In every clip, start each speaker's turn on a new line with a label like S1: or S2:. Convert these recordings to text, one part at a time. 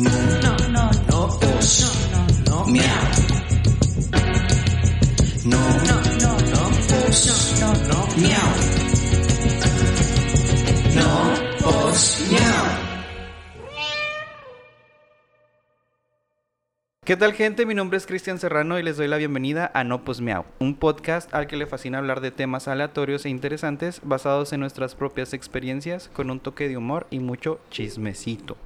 S1: No, no, no, no os. No, no, no. No, no, no, no os. No, no, miau. No os miau.
S2: ¿Qué tal gente? Mi nombre es Cristian Serrano y les doy la bienvenida a No Pues Miau, un podcast al que le fascina hablar de temas aleatorios e interesantes basados en nuestras propias experiencias con un toque de humor y mucho chismecito,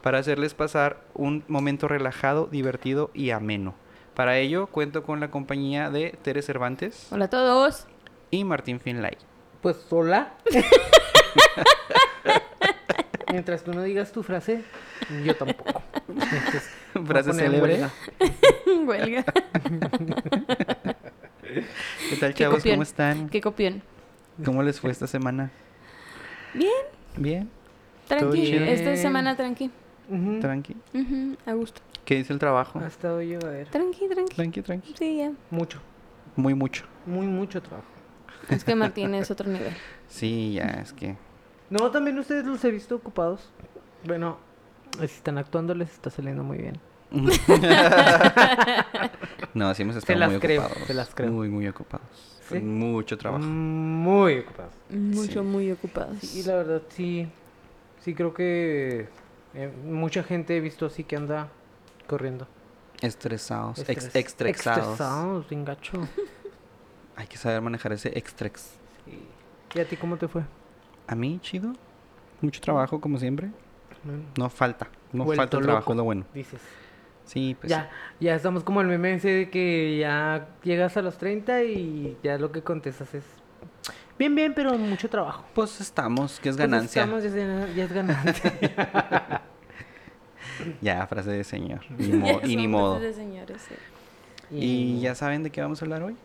S2: para hacerles pasar un momento relajado, divertido y ameno. Para ello cuento con la compañía de Tere Cervantes
S3: Hola a todos.
S2: y Martín Finlay.
S4: Pues hola. Mientras tú no digas tu frase, yo tampoco. Entonces, voy a
S2: Frase
S4: poner
S2: célebre.
S4: huelga.
S3: Huelga.
S2: ¿Qué tal chavos?
S3: copión.
S2: ¿Cómo están?
S3: Qué copión.
S2: ¿Cómo les fue esta semana?
S3: Bien,
S2: Bien, Todo
S3: tranqui.
S2: chido.
S3: Esta semana tranqui.
S4: Ujú.
S2: tranqui.
S3: Ujú, a gusto.
S2: ¿Qué dice el trabajo?
S4: Ha estado llevadera.
S3: Tranqui, tranqui.
S2: Tranqui, tranqui.
S3: Sí, ya.
S4: Mucho,
S2: Muy mucho.
S4: muy mucho trabajo.
S3: Es que Martín es otro nivel.
S2: Sí, ya es que
S4: No, también ustedes los he visto ocupados. Bueno, si están actuando les está saliendo muy bien.
S2: No, sí hemos estado
S4: las
S2: muy
S4: creo,
S2: ocupados.
S4: se las creo.
S2: Muy, muy ocupados. Mm,
S4: ¿Sí?
S2: Con mucho trabajo.
S4: Muy ocupados.
S3: Mucho, muy ocupados.
S4: Sí, la verdad sí. Sí creo que eh, mucha gente he visto así que anda corriendo.
S2: Estresados. ex-
S4: Estres-
S2: extrexados.
S4: Estresados, bien gacho.
S2: Hay que saber manejar ese extrex.
S4: ¿Y a ti cómo te fue?
S2: A mí, chido. Mucho trabajo, como siempre.
S4: Mm,
S2: No falta. No
S4: Vuelto
S2: falta el trabajo,
S4: loco.
S2: es lo bueno.
S4: Dices.
S2: Sí, pues.
S4: ya, ya estamos como el meme ese de que ya llegas a los 30 y ya lo que contestas es bien, bien, pero mucho trabajo.
S2: Pues estamos, que es
S4: Pues
S2: ganancia.
S4: estamos, ya, es gana- ya es ganancia.
S2: Ya, frase de señor. Ni mo- y ni
S3: Son
S2: modo.
S3: cosas de señores, sí.
S2: Y ya saben de qué vamos a hablar hoy.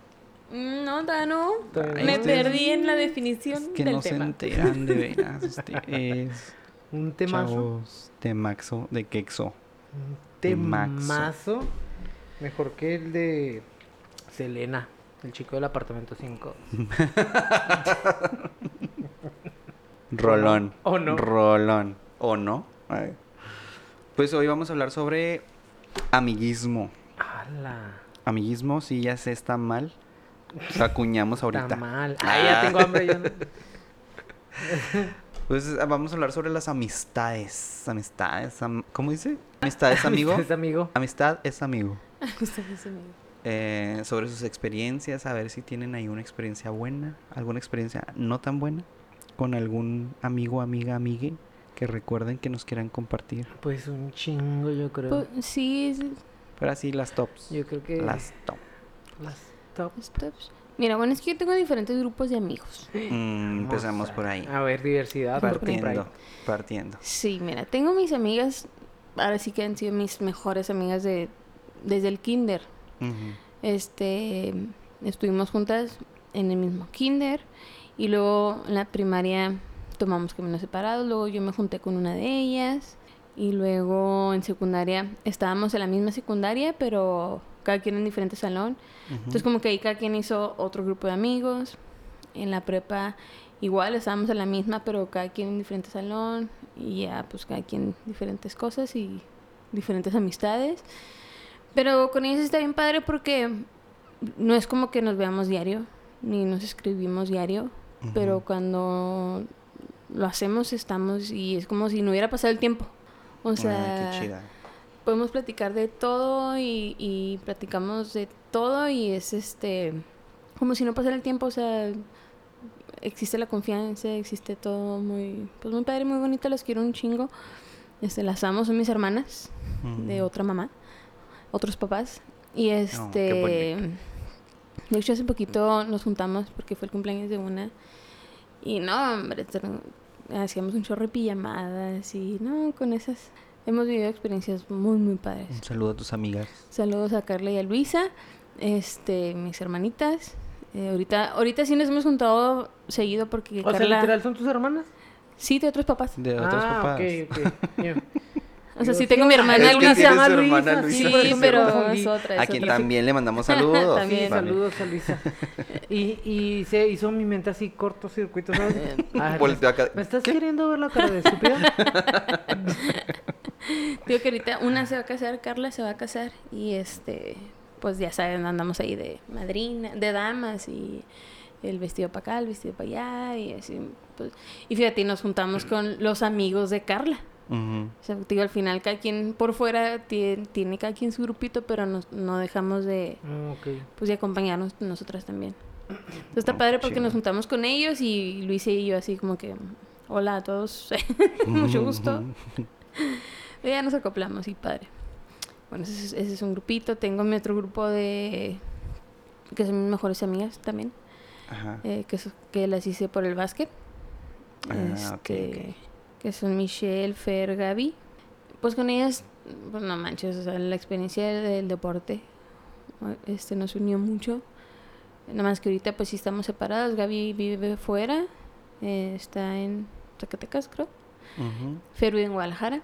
S3: Mm, No, todavía no.
S4: Todavía
S3: Me
S2: no. Este
S3: perdí en la
S2: Es
S3: definición
S2: que
S3: del
S2: no se
S3: tema.
S2: enteran de veras ustedes.
S4: Un temazo.
S2: Chavos, temaxo de quexo.
S4: Un
S2: Temazo.
S4: temazo. Mejor que el de Selena, el chico del apartamento 5.
S2: Rolón.
S4: ¿O no?
S2: Rolón. ¿O no? Ay. Pues hoy vamos a hablar sobre amiguismo.
S4: ¡Hala!
S2: Amiguismo, si ya se está mal, lo acuñamos
S4: Está
S2: ahorita. Ah.
S4: mal. ¡Ay, ya tengo hambre! Ya no.
S2: Pues ah, vamos a hablar sobre las amistades. Amistades, am- ¿cómo dice? Amistad es amigo.
S4: Es amigo.
S2: Amistad es amigo.
S3: Ustedes sí me-
S2: Eh, sobre sus experiencias, a ver si tienen ahí una experiencia buena, alguna experiencia no tan buena, con algún amigo, amiga, amigue que recuerden que nos quieran compartir.
S4: Pues un chingo, yo creo.
S3: Pues, Sí, sí.
S2: Pero así las tops.
S4: yo creo que
S2: Las tops.
S4: las top.
S3: Esto es- Mira, bueno, es que yo tengo diferentes grupos de amigos.
S2: Mm, empezamos por ahí.
S4: A ver,
S3: Ah,
S4: diversidad. porque por ahí.
S2: Partiendo. Partiendo.
S3: Sí, mira, tengo mis amigas, ahora sí que han sido mis mejores amigas de, desde el kinder.
S2: Ujú.
S3: Este, estuvimos juntas en el mismo kinder y luego en la primaria tomamos caminos separados, luego yo me junté con una de ellas y luego en secundaria estábamos en la misma secundaria, pero cada quien en diferente salón. Entonces como que ahí cada quien hizo otro grupo de amigos. En la prepa igual estábamos en la misma, pero cada quien en diferente salón y ya pues cada quien diferentes cosas y diferentes amistades. Pero con ellos está bien padre porque no es como que nos veamos diario, ni nos escribimos diario, pero cuando lo hacemos estamos y es como si no hubiera pasado el tiempo. O
S2: Ay,
S3: sea,
S2: qué chida.
S3: podemos platicar de todo y, y platicamos de todo y es este como si no pasara el tiempo, o sea, existe la confianza, existe todo muy, pues muy padre, muy bonito, las quiero un chingo. Este, las amo, son mis hermanas de
S2: Ujú.
S3: otra mamá, otros papás. Y este, de hecho hace poquito nos juntamos porque fue el cumpleaños de una. Y no, hombre, ter- hacíamos un chorro de pijamadas y no, con esas hemos vivido experiencias muy, muy padres.
S2: Un saludo a tus amigas.
S3: Saludos a Carla y a Luisa, este, mis hermanitas. Eh, ahorita, ahorita sí nos hemos juntado seguido porque
S4: O sea,
S3: Carla-
S4: literal, ¿son tus hermanas?
S3: sí de otros papás.
S2: De otros
S4: ah,
S2: papás.
S4: ok, ok. Ya.
S3: O sea,
S4: Yo
S3: sí
S4: sí,
S3: tengo mi hermana
S2: Es que
S3: Luisa.
S2: tienes hermana
S3: Sí,
S2: Luisa, por eso me
S3: pero
S4: confundí.
S3: es otra.
S2: A
S3: es
S2: quien
S3: otra.
S2: también le mandamos saludos.
S3: También.
S4: Sí,
S3: Bien.
S2: Vale.
S4: saludos a Luisa. Y, y se hizo mi mente así cortocircuito,
S3: Eh,
S4: ¿sabes? Ah,
S2: Volteó acá.
S4: ¿Me estás queriendo ver la cara de estúpida?
S3: Digo que ahorita una se va a casar, Carla se va a casar y este, pues ya saben, andamos ahí de madrina, de damas y el vestido para acá, el vestido para allá y así. pues. Y fíjate, y nos juntamos con los amigos de Carla.
S2: Ujú.
S3: O sea, digo, al final cada quien por fuera tiene, tiene cada quien su grupito, pero nos- no dejamos de,
S4: Ah, ok.
S3: pues, de acompañarnos nosotras también. Entonces está
S2: No,
S3: padre porque
S2: chido.
S3: nos juntamos con ellos y Luis y yo así como que, hola a todos, mucho gusto. Y ya nos acoplamos, y padre. Bueno, ese es, ese es un grupito. Tengo mi otro grupo de... que son mis mejores amigas también,
S2: Ajá.
S3: eh, que, so- que las hice por el básquet.
S2: Ah, ok,
S3: Este, Que son Michelle, Fer, Gaby. Pues con ellas, pues no manches, o sea, la experiencia del deporte este, nos unió mucho. Nada más que ahorita pues sí estamos separados. Gaby vive fuera, eh, está en Zacatecas, creo.
S2: Ujú.
S3: Fer vive en Guadalajara.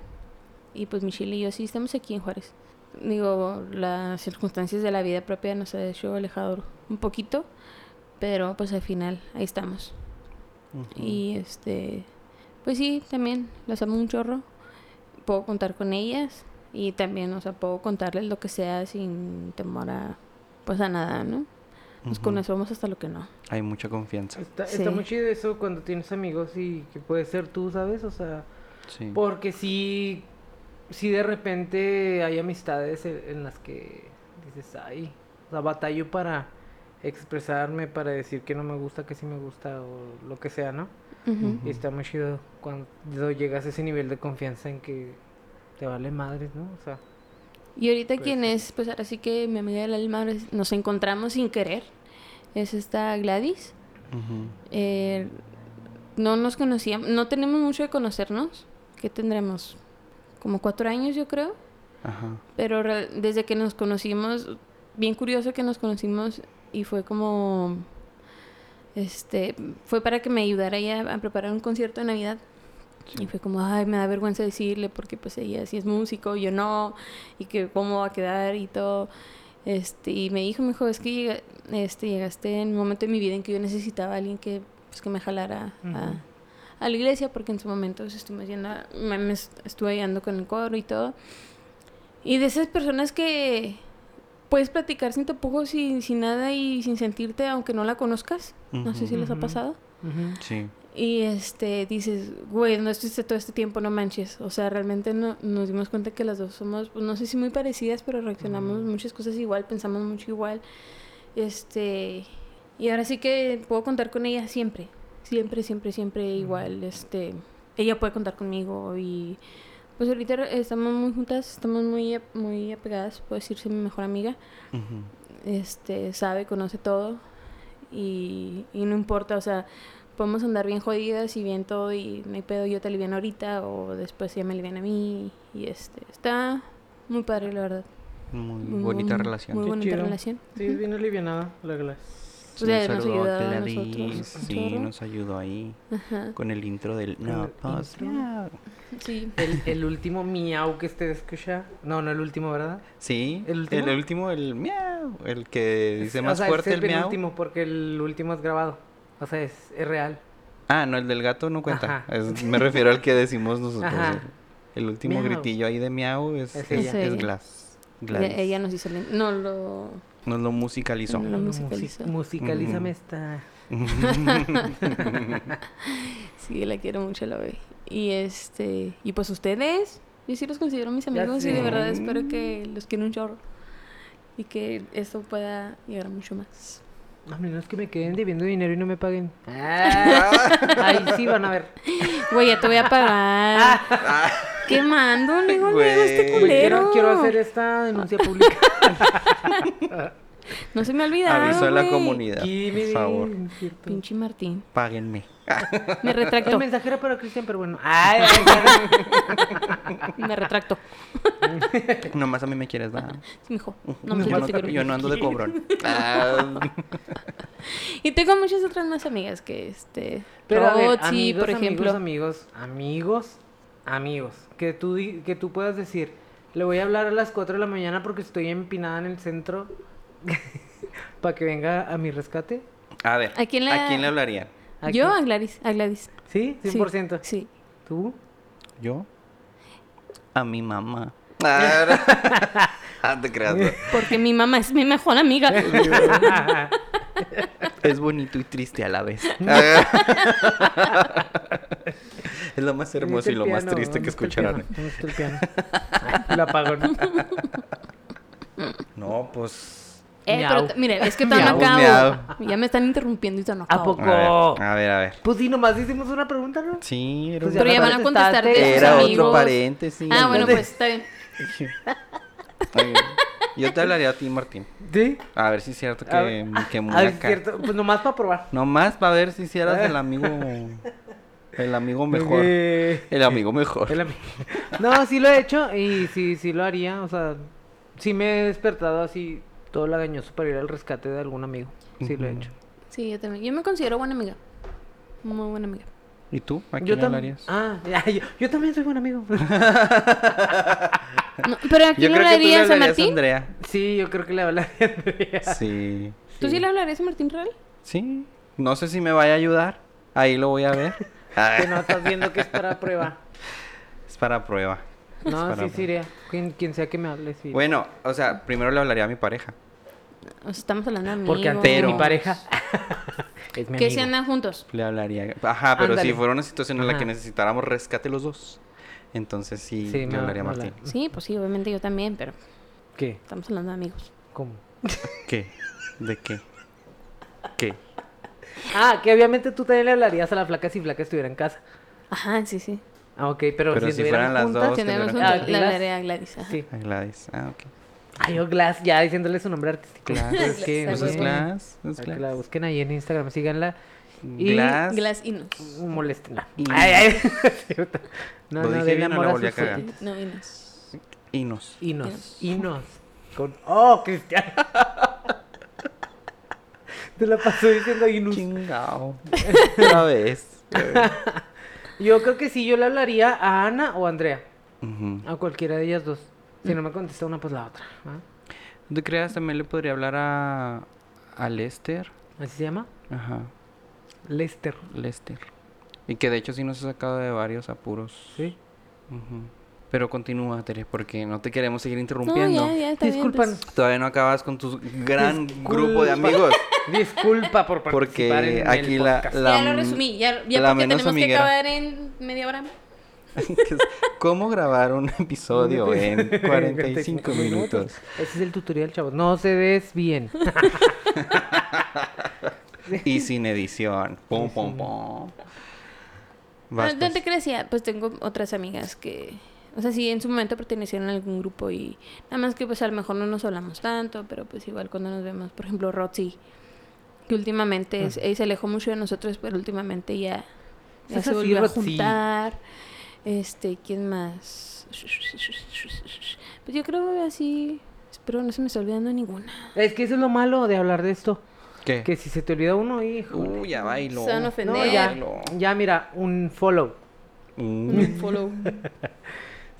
S3: Y pues Michelle y yo sí estamos aquí en Juárez. Digo, las circunstancias de la vida propia nos ha hecho alejador un poquito, pero pues al final ahí estamos.
S2: Ujú.
S3: Y este, pues sí, también las amo un chorro. Puedo contar con ellas y también, o sea, puedo contarles lo que sea sin temor a, pues a nada, ¿no? Pues, Nos
S2: Ujú.
S3: conocemos hasta lo que no.
S2: Hay mucha confianza.
S4: Está,
S3: Sí.
S4: está muy chido eso cuando tienes amigos y que puedes ser tú, ¿sabes? O sea,
S2: Sí.
S4: porque si, si de repente hay amistades en, en las que dices, ay, o sea, batallo para expresarme, para decir que no me gusta, que sí me gusta o lo que sea, ¿no?
S3: Ujú.
S4: Y está muy chido cuando llegas a ese nivel de confianza en que te vale madres, ¿no? O sea,
S3: Y ahorita
S4: Pues
S3: quien
S4: sí.
S3: es, pues ahora sí que mi amiga del alma, ahora es- nos encontramos sin querer. Es esta Gladys.
S2: Ujú.
S3: Eh, no nos conocíamos, no tenemos mucho de conocernos, que tendremos como cuatro años yo creo,
S2: Ajá.
S3: pero re- desde que nos conocimos, bien curioso que nos conocimos y fue como, este, fue para que me ayudara ella a preparar un concierto de Navidad. Y fue como, ay, me da vergüenza decirle porque pues ella sí es músico, yo no, y que cómo va a quedar y todo. Este, y me dijo, me dijo, es que llega- este, llegaste en un momento de mi vida en que yo necesitaba a alguien que, pues, que me jalara a,
S4: Ujú.
S3: a la iglesia, porque en su momento pues, estuvimos yendo a- me, me est- estuve ayudando con el coro y todo. Y de esas personas que puedes platicar sin tapujos y sin nada y sin sentirte, aunque no la conozcas. No sé si les ha
S4: Ujú.
S3: pasado.
S2: Sí.
S3: Y este, dices, güey, no estuviste todo este tiempo, no manches. O sea, realmente no, nos dimos cuenta que las dos somos, pues, no sé si muy parecidas, pero reaccionamos
S4: Ujú.
S3: muchas cosas igual, pensamos mucho igual. Este, y ahora sí que puedo contar con ella siempre. Siempre, siempre, siempre igual. Este, ella puede contar conmigo y pues ahorita re- estamos muy juntas, estamos muy, ap- muy apegadas, puedo decirse mi mejor amiga
S2: Ujú.
S3: este, sabe, conoce todo y, y no importa, o sea, podemos andar bien jodidas y bien todo y no hay pedo, yo te aliviano ahorita o después ella me aliviana a mí y este, está muy padre la verdad.
S2: Muy
S3: Muy
S2: bonita
S3: buen-
S2: relación.
S3: Muy
S4: Qué
S3: bonita
S4: chido.
S3: relación.
S4: Sí, es bien alivianada la glass.
S2: Sí,
S3: sea,
S2: un
S3: nos
S2: saludote,
S3: ayudaba a
S2: Gladys.
S3: nosotros un
S2: Sí,
S3: chorro.
S2: nos ayudó ahí
S3: Ajá,
S2: con el intro del
S4: el
S2: No, pues,
S4: intro.
S2: miau.
S3: sí.
S4: El, el último miau que usted escucha. No, no el último, ¿verdad?
S2: Sí,
S4: ¿El
S2: el
S4: último?
S2: último, el, miau, el que dice
S4: O
S2: más
S4: sea,
S2: fuerte
S4: es
S2: el
S4: el
S2: miau.
S4: último porque el último es grabado. O sea, es, es real.
S2: Ah, no, el del gato no cuenta.
S4: Ajá.
S2: Es- me refiero al que decimos nosotros.
S4: Ajá.
S2: El- El último
S4: Miau.
S2: gritillo ahí de miau es,
S4: Es
S2: es,
S4: ella.
S3: Es
S2: es
S3: ella.
S2: Glass.
S3: Ella,
S2: Gladys.
S3: ella nos hizo el- no lo
S2: Nos lo musicalizó.
S3: No. Lo
S4: Mu-
S3: musicalizó.
S4: musicalízame
S2: Ujú.
S4: esta.
S3: sí la quiero mucho la bebé. Y este, y pues ustedes, yo sí los considero mis
S4: Ya
S3: amigos y de
S4: sé. Mm.
S3: verdad espero que los quiero un chorro y que esto pueda llegar a mucho más.
S4: A menos que me queden debiendo dinero y no me paguen. Ah. Ahí sí van a ver.
S3: Güey, ya te voy a pagar. Quemando, luego, luego, este
S2: Güey.
S4: Ah. Güey,
S3: culero.
S4: Quiero, quiero hacer esta denuncia pública.
S3: No se me ha olvidado.
S2: Avisó a la
S3: Ah, güey.
S2: comunidad.
S4: Aquí
S2: Por favor,
S3: Pinche Martín.
S2: páguenme.
S3: Me
S4: El
S3: retracto.
S4: mensaje era para Cristian, pero bueno. Ay, ay,
S3: Me retracto.
S2: Nomás a mí me quieres dar.
S3: Sí, mijo. No me
S2: yo,
S3: siento
S2: no,
S3: seguro.
S2: yo no ando de cobrón. Ah,
S3: Y tengo muchas otras más amigas que este.
S4: Pero a ver,
S3: Rotsi,
S4: amigos,
S3: por ejemplo.
S4: amigos, amigos, amigos, amigos, que tú di- que tú puedas decir, le voy a hablar a las 4 de la mañana porque estoy empinada en el centro para que venga a mi rescate.
S2: Ah, A ver,
S3: ¿A quién le-
S2: le hablarían?
S4: ¿A
S3: Yo
S4: quién?
S3: a Gladys. A Gladys.
S4: ¿Sí?
S3: Sí,
S4: 100%.
S3: Sí.
S4: ¿Tú?
S2: ¿Yo? a mi mamá. Ah, no te creas, güey.
S3: Porque mi mamá es mi mejor amiga. Eh,
S2: Es bonito y triste a la vez. Ah. es lo más hermoso y lo más triste que ¿eh? escucharán.
S4: La apagón.
S2: No, pues.
S3: Eh, pero
S4: Miau.
S3: t- mire, es que todavía no
S2: Miau,
S3: acabo. Ya me están interrumpiendo y todavía no
S4: ¿A
S3: acabo.
S4: poco?
S2: A ver, a ver, a ver.
S4: Pues sí, nomás hicimos una pregunta, ¿no?
S2: Sí, era,
S4: Pues
S2: un-
S3: Pero ya van a contestar de sus
S4: Contestaste.
S2: era otro
S3: amigos.
S2: paréntesis.
S3: Ah, bueno, pues está bien.
S2: Está bien. Yo te hablaría a ti, Martín.
S4: Sí.
S2: A ver si es cierto
S4: pues. A
S2: que,
S4: ver.
S2: que muy
S4: Ah, es
S2: acá.
S4: cierto. Ah. Pues nomás para probar.
S2: Nomás para ver si hicieras el amigo. El amigo mejor.
S4: Eh,
S2: El amigo mejor.
S4: el ami- No, sí lo he hecho y sí, sí lo haría. O sea, sí me he despertado así todo lagañoso para ir al rescate de algún amigo. Sí lo he hecho.
S3: Sí, yo también. Yo me considero buena amiga. Muy buena amiga.
S2: ¿Y tú? ¿A quién
S4: Yo,
S2: le
S4: tam-
S2: hablarías?
S4: ah, ya, yo, yo también soy buen amigo.
S3: No, ¿Pero a quién le hablarías a Martín?
S2: Andrea.
S4: sí, yo creo que le hablaría a Andrea.
S2: Sí.
S3: ¿Tú sí le hablarías a Martín Real?
S2: Sí. No sé si me vaya a ayudar. Ahí lo voy a ver. Ah,
S4: Que no estás viendo que es para prueba.
S2: es para prueba. Es
S4: No,
S2: para
S4: sí,
S2: prueba.
S4: sí, iría. Quien, quien sea que me hable, sí.
S2: Bueno, o sea, primero le hablaría a mi pareja.
S3: O sea, estamos hablando de amigos.
S4: Porque antes
S2: Pero-
S4: mi pareja es mi
S3: Que
S4: amigo.
S3: se andan juntos.
S2: Le hablaría. Ajá, pero
S4: Ándale.
S2: si fuera una situación en la que
S4: Ajá.
S2: necesitáramos rescate los dos, entonces sí,
S4: Sí,
S2: le
S4: me-
S2: hablaría a
S4: me
S2: Martín.
S4: habla.
S3: Sí, pues sí, obviamente yo también, pero
S4: ¿Qué?
S3: estamos hablando de amigos.
S4: ¿Cómo?
S2: ¿Qué? ¿De qué? ¿Qué?
S4: Ah, que obviamente tú también le hablarías a la flaca si flaca estuviera en casa.
S3: Ajá, sí, sí.
S4: Ah, ok, pero,
S2: Pero si fueran
S4: estuvieran
S2: las
S4: juntas,
S2: dos, que
S3: Tenemos
S2: me
S3: un...
S2: la-
S4: Ah,
S3: Le
S4: Glass.
S3: hablaré a Gladys. ajá.
S4: Sí.
S2: A Gladys. Ah, ok.
S4: Ay, o Glass, ya diciéndole su nombre artístico.
S2: Glass.
S4: Pero es que,
S3: Glass,
S2: Pues es
S3: sí.
S2: Glass. es
S4: Para
S2: Glass.
S4: que la busquen ahí en Instagram, síganla. Y-
S2: Glass.
S3: Glass Inos.
S4: Molestenla.
S2: Y-
S4: Ay, ay, es cierto. No,
S2: Lo dije
S4: denle
S2: bien o la
S4: amor a
S2: volví a
S4: sus
S2: cagar.
S4: fotitos.
S3: No, Inos.
S2: Inos.
S4: Inos. Inos. Con... ¡Oh, Cristiano! Te la pasó diciendo Inus.
S2: Chingao. Otra vez.
S4: Yo creo que sí, yo le hablaría a Ana o a Andrea.
S2: Ujú.
S4: A cualquiera de ellas dos. Si no me contesta una, pues la otra. ¿ah?
S2: ¿No te creas? También le podría hablar a, a Lester.
S4: ¿Así se llama?
S2: Ajá,
S4: Lester.
S2: Lester. Y que de hecho sí nos ha sacado de varios apuros.
S4: ¿Sí?
S2: Ujú. Pero continúa, Tere, porque no te queremos seguir
S3: No,
S2: interrumpiendo.
S3: ya, ya, está bien.
S4: Disculpan.
S3: pues.
S2: Todavía no acabas con tu gran grupo de amigos.
S4: Disculpa por participar
S2: Porque
S4: en
S2: aquí
S4: el
S2: la,
S4: podcast.
S2: la-
S3: Ya lo resumí. Ya, ya
S2: la
S3: porque
S2: menos
S3: tenemos que
S2: amiguera.
S3: acabar en media hora.
S2: que es, ¿Cómo grabar un episodio en 45 minutos?
S4: Ese es el tutorial, chavos. No se desvíen.
S2: Y sin edición. Pum, pum, pum. Vas,
S3: Ah, ¿Dónde
S2: pues.
S3: crecía? Pues tengo otras amigas que, o sea, sí, en su momento pertenecieron a algún grupo y nada más que pues a lo mejor no nos hablamos tanto, pero pues igual cuando nos vemos, por ejemplo, Roxy, que
S4: Ah.
S3: últimamente es- eh, se alejó mucho de nosotros, pero últimamente ya, ya
S4: Es
S3: se
S4: así,
S3: volvió a
S4: Roxy.
S3: juntar. Este, ¿quién más? Pues yo creo así, espero no se me esté olvidando ninguna.
S4: Es que eso es lo malo de hablar de esto.
S2: ¿Qué?
S4: Que si se te olvida uno, hijo.
S2: Uy, ya bailo.
S3: Se van a
S4: No,
S3: ofender.
S4: ya,
S2: Penelo.
S4: ya mira, un follow.
S2: Mm.
S3: Un follow.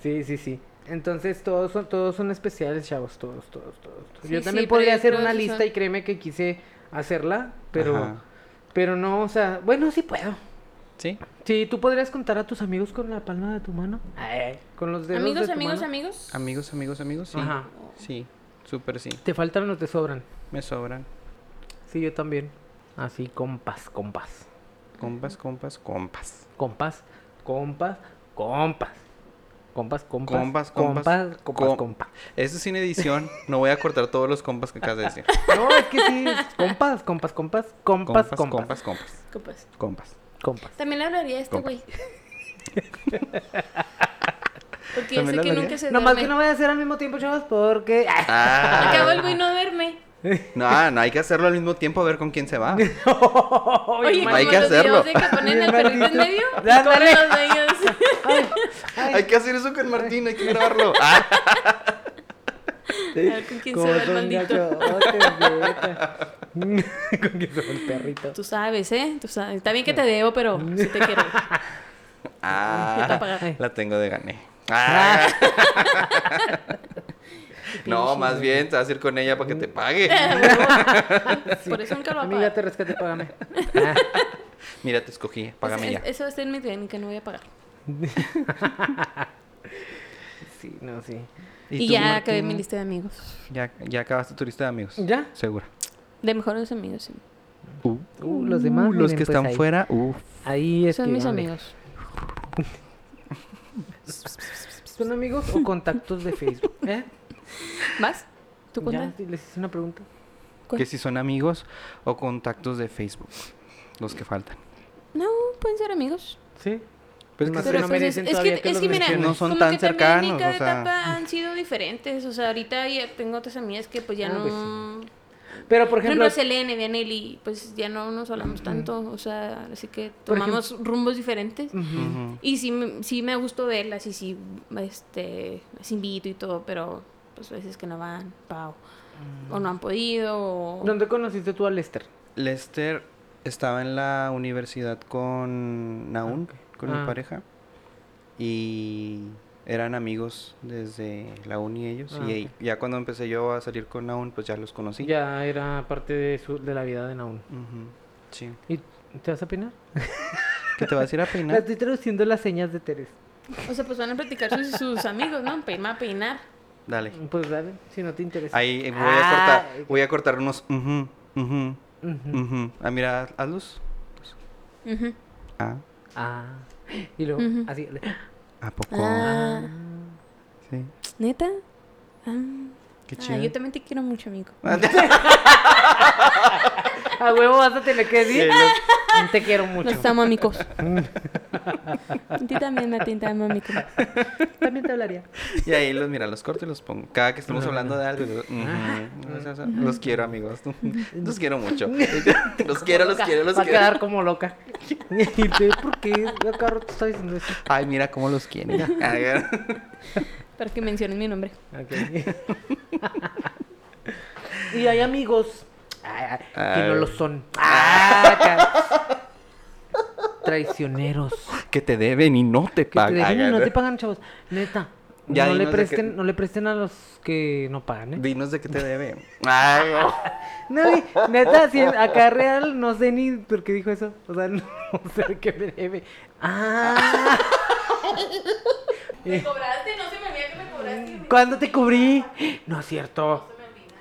S4: Sí, sí, sí. Entonces todos son, todos son especiales, chavos, todos, todos, todos. todos.
S3: Sí,
S4: yo también
S3: sí, pero
S4: podría
S3: yo
S4: hacer
S3: creo
S4: una
S3: que
S4: lista
S3: son-
S4: y créeme que quise hacerla, pero,
S2: Ajá.
S4: pero no, o sea, bueno, sí puedo.
S2: ¿Sí?
S4: Sí, tú podrías contar a tus amigos con la palma de tu mano. Ay, con los dedos de
S3: Eh. amigos,
S4: tu
S3: amigos,
S4: mano. Ah.
S3: amigos.
S2: Amigos, amigos, amigos, sí.
S4: Ajá.
S2: Sí, súper sí.
S4: Te faltan o te sobran.
S2: Me sobran.
S4: Sí, yo también. Así, Ah, compas, compas,
S2: Compas, compas, compas.
S4: compas, compas, compas.
S2: Compas,
S4: Compas, compas,
S2: compas,
S4: compas, compas,
S2: com-
S4: compas.
S2: Eso es sin edición. No voy a cortar todos los compas que acabas de decir.
S4: No, es que sí, es compas, compas, compas,
S2: Compas,
S4: compas,
S2: compas,
S4: compas,
S2: compas.
S3: Compas.
S2: Compas.
S4: compas.
S3: También le hablaría a este
S2: Compa.
S3: güey. Porque yo
S2: También
S3: sé
S2: le
S3: que
S2: hablaría.
S3: nunca se
S4: Nomás
S3: duerme.
S4: que no vaya a hacer al mismo tiempo, chavos, porque... Ah,
S3: Al cabo
S2: Ah,
S3: el güey no duerme.
S2: no, no hay que hacerlo al mismo tiempo a ver con quién se va.
S3: Oye,
S2: Hay
S3: como
S2: que
S3: los
S2: hacerlo.
S3: videos de que ponen
S4: Bien
S3: al perrito en
S4: maldito.
S3: medio.
S4: Ya,
S3: corren
S4: dale.
S3: los dueños.
S2: Hay que hacer eso con Martín, hay que grabarlo. Ah,
S3: ver con quién se va el
S4: son oh,
S3: maldito.
S4: gachotes, neta. Con quién se va el perrito.
S3: Tú sabes, ¿eh? Tú sabes. Está bien que te debo, pero sí te quiero. Yo te
S2: ah,
S3: apagaré.
S2: la tengo de gané. Ah. No, más bien te vas a ir con ella para que te pague.
S3: Por eso nunca lo voy a
S4: Amiga, te
S3: pagar.
S4: rescate, págame.
S2: Mira, te escogí, págame
S3: Pues Es-
S2: ya.
S3: es- Eso está en mi técnica, no voy a pagar.
S4: Sí, no, sí.
S3: Y,
S2: tú,
S3: ya
S2: Martina?
S3: acabé mi lista de amigos.
S2: Ya, ya acabaste tu lista de amigos.
S4: ¿Ya?
S2: Segura.
S3: De mejores amigos, sí.
S2: Uh,
S4: Uh, los demás.
S2: los
S4: miren,
S2: que
S4: pues,
S2: están
S4: ahí.
S2: fuera. Uh,
S4: Ahí es
S3: Son
S4: que
S3: mis
S4: vale.
S3: amigos. pues.
S4: ¿Son amigos o contactos de Facebook? ¿Eh?
S3: ¿Vas? ¿Tú
S4: ¿Ya?
S3: cuentas?
S4: ¿Les hice una pregunta?
S3: ¿Cuál?
S2: que si son amigos o contactos de Facebook. Los que faltan.
S3: No, pueden ser amigos.
S4: Sí.
S2: Pues es que
S4: Más
S2: sí.
S4: no
S3: pues
S4: merecen
S3: es, es
S4: todavía
S3: que,
S4: que
S3: es
S4: los
S3: que mira,
S2: menciones. No son
S3: como
S2: tan
S3: que también
S2: cercanos,
S3: en cada
S2: o sea.
S3: etapa han sido diferentes. O sea, ahorita ya tengo otras amigas que pues ya
S4: Ah,
S3: no.
S4: pues Pero, por
S3: Por ejemplo,
S4: ejemplo,
S3: Selene, Vianelli, pues ya no nos hablamos tanto. O sea, así que
S4: Por ejemplo- Mm.
S3: tomamos rumbos diferentes.
S4: Ujú.
S2: Ujú.
S3: Y sí, me- sí me gustó verlas y sí, este, las invito y todo, pero pues a veces que no van, pao. O no han podido, o...
S4: ¿dónde conociste tú a Lester?
S2: Lester estaba en la universidad con Naun,
S4: ok.
S2: con
S4: Ah.
S2: mi pareja. Y eran amigos desde la uni ellos.
S4: Ah,
S2: y ahí- ya cuando empecé yo a salir con Naun, pues ya los conocí.
S4: Ya era parte de, su, de la vida de Naun.
S2: Ujú, Sí.
S4: ¿Y te vas a peinar?
S2: ¿Qué te vas a ir a
S4: Le
S2: peinar?
S4: estoy traduciendo las señas de Teresa.
S3: O sea, pues van a platicar sus, sus amigos, ¿no? Peinar, peinar.
S2: Dale.
S4: Pues dale, si no te interesa.
S2: Ahí voy
S4: Ah,
S2: a cortar, voy a cortar unos. ujú, ujú,
S4: Ujú.
S2: ujú. Ah, mira, haz luz.
S3: Ujú.
S2: Ah,
S4: Ah. Y luego,
S3: Ujú.
S4: así.
S2: ¿a poco?
S3: Ah,
S2: Sí.
S3: ¿neta? Ah,
S2: Qué
S3: ah,
S2: chido.
S3: yo también te quiero mucho, amigo.
S4: Ah, A huevo vas a tener que
S2: Sí,
S4: decir.
S2: los-
S4: Te quiero mucho.
S3: Nos estamos amigos. A ti también, Martín, te amo, amigo.
S4: También te hablaría.
S2: Y ahí los, mira, los corto y los pongo. Cada que estemos hablando de algo, yo, "Ujú, o sea, o
S4: ah.
S2: sea, los quiero, amigos. Los quiero mucho. Los quiero, los quiero, los
S4: Va a
S2: quiero.
S4: quedar como loca. Y te, ¿por qué? Acá rato está diciendo eso.
S2: Ay, mira cómo los quieren. Ay,
S3: Para que menciones mi nombre.
S4: y hay amigos ah, que no
S2: Ay.
S4: lo son. Ah, ca- Traicioneros.
S2: que te deben y no te
S4: Que te
S2: pagan.
S4: dejan y
S2: Ay,
S4: no te pagan, chavos. Neta.
S2: Ya
S4: no, le
S2: dinos de qué-
S4: presten, no le presten a los que no pagan, ¿eh?
S2: Dinos de qué te deben. Ay,
S4: No, y neta, si acá real no sé ni por qué dijo eso. O sea, no sé qué me debe. Ah, Eh.
S3: Me cobraste, no se me olvida que me cobraste.
S4: ¿cuándo te cubrí? No es cierto.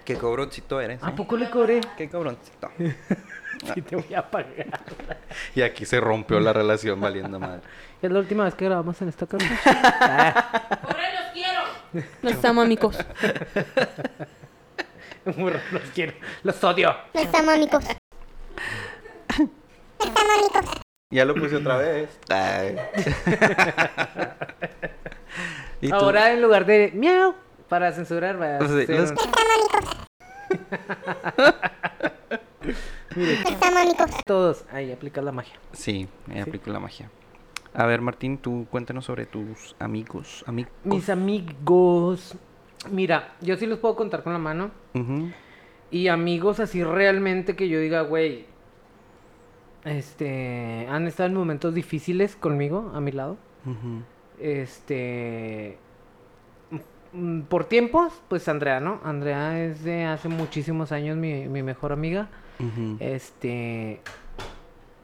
S2: qué cobroncito eres.
S4: ¿A
S2: ¿eh?
S4: poco le cobré?
S2: Qué cobroncito.
S4: Sí, te voy a pagar.
S2: Y aquí se rompió la relación valiendo madre.
S4: Es la última vez que grabamos en esta casa.
S3: ¡Cobre, los quiero! Los estamos amigos.
S4: Burro, los quiero. Los odio.
S2: Ya lo puse otra vez. Ay. ¿Y tú?
S4: Ahora en lugar de miau para censurar, va a
S2: Sí,
S4: ser
S2: los-
S4: un- Mire. Todos. Ahí, aplica la magia.
S2: Sí, me aplico la magia. A ver, Martín, tú cuéntanos sobre tus amigos. Amigos.
S4: Mis amigos. Mira, yo sí los puedo contar con la mano.
S2: Ujú.
S4: Y amigos así realmente que yo diga, güey, este, han estado en momentos difíciles conmigo, a mi lado.
S2: Ujú.
S4: Este, mm, por tiempos, pues Andrea, ¿no? Andrea es de hace muchísimos años mi, mi mejor amiga.
S2: Ujú.
S4: Este,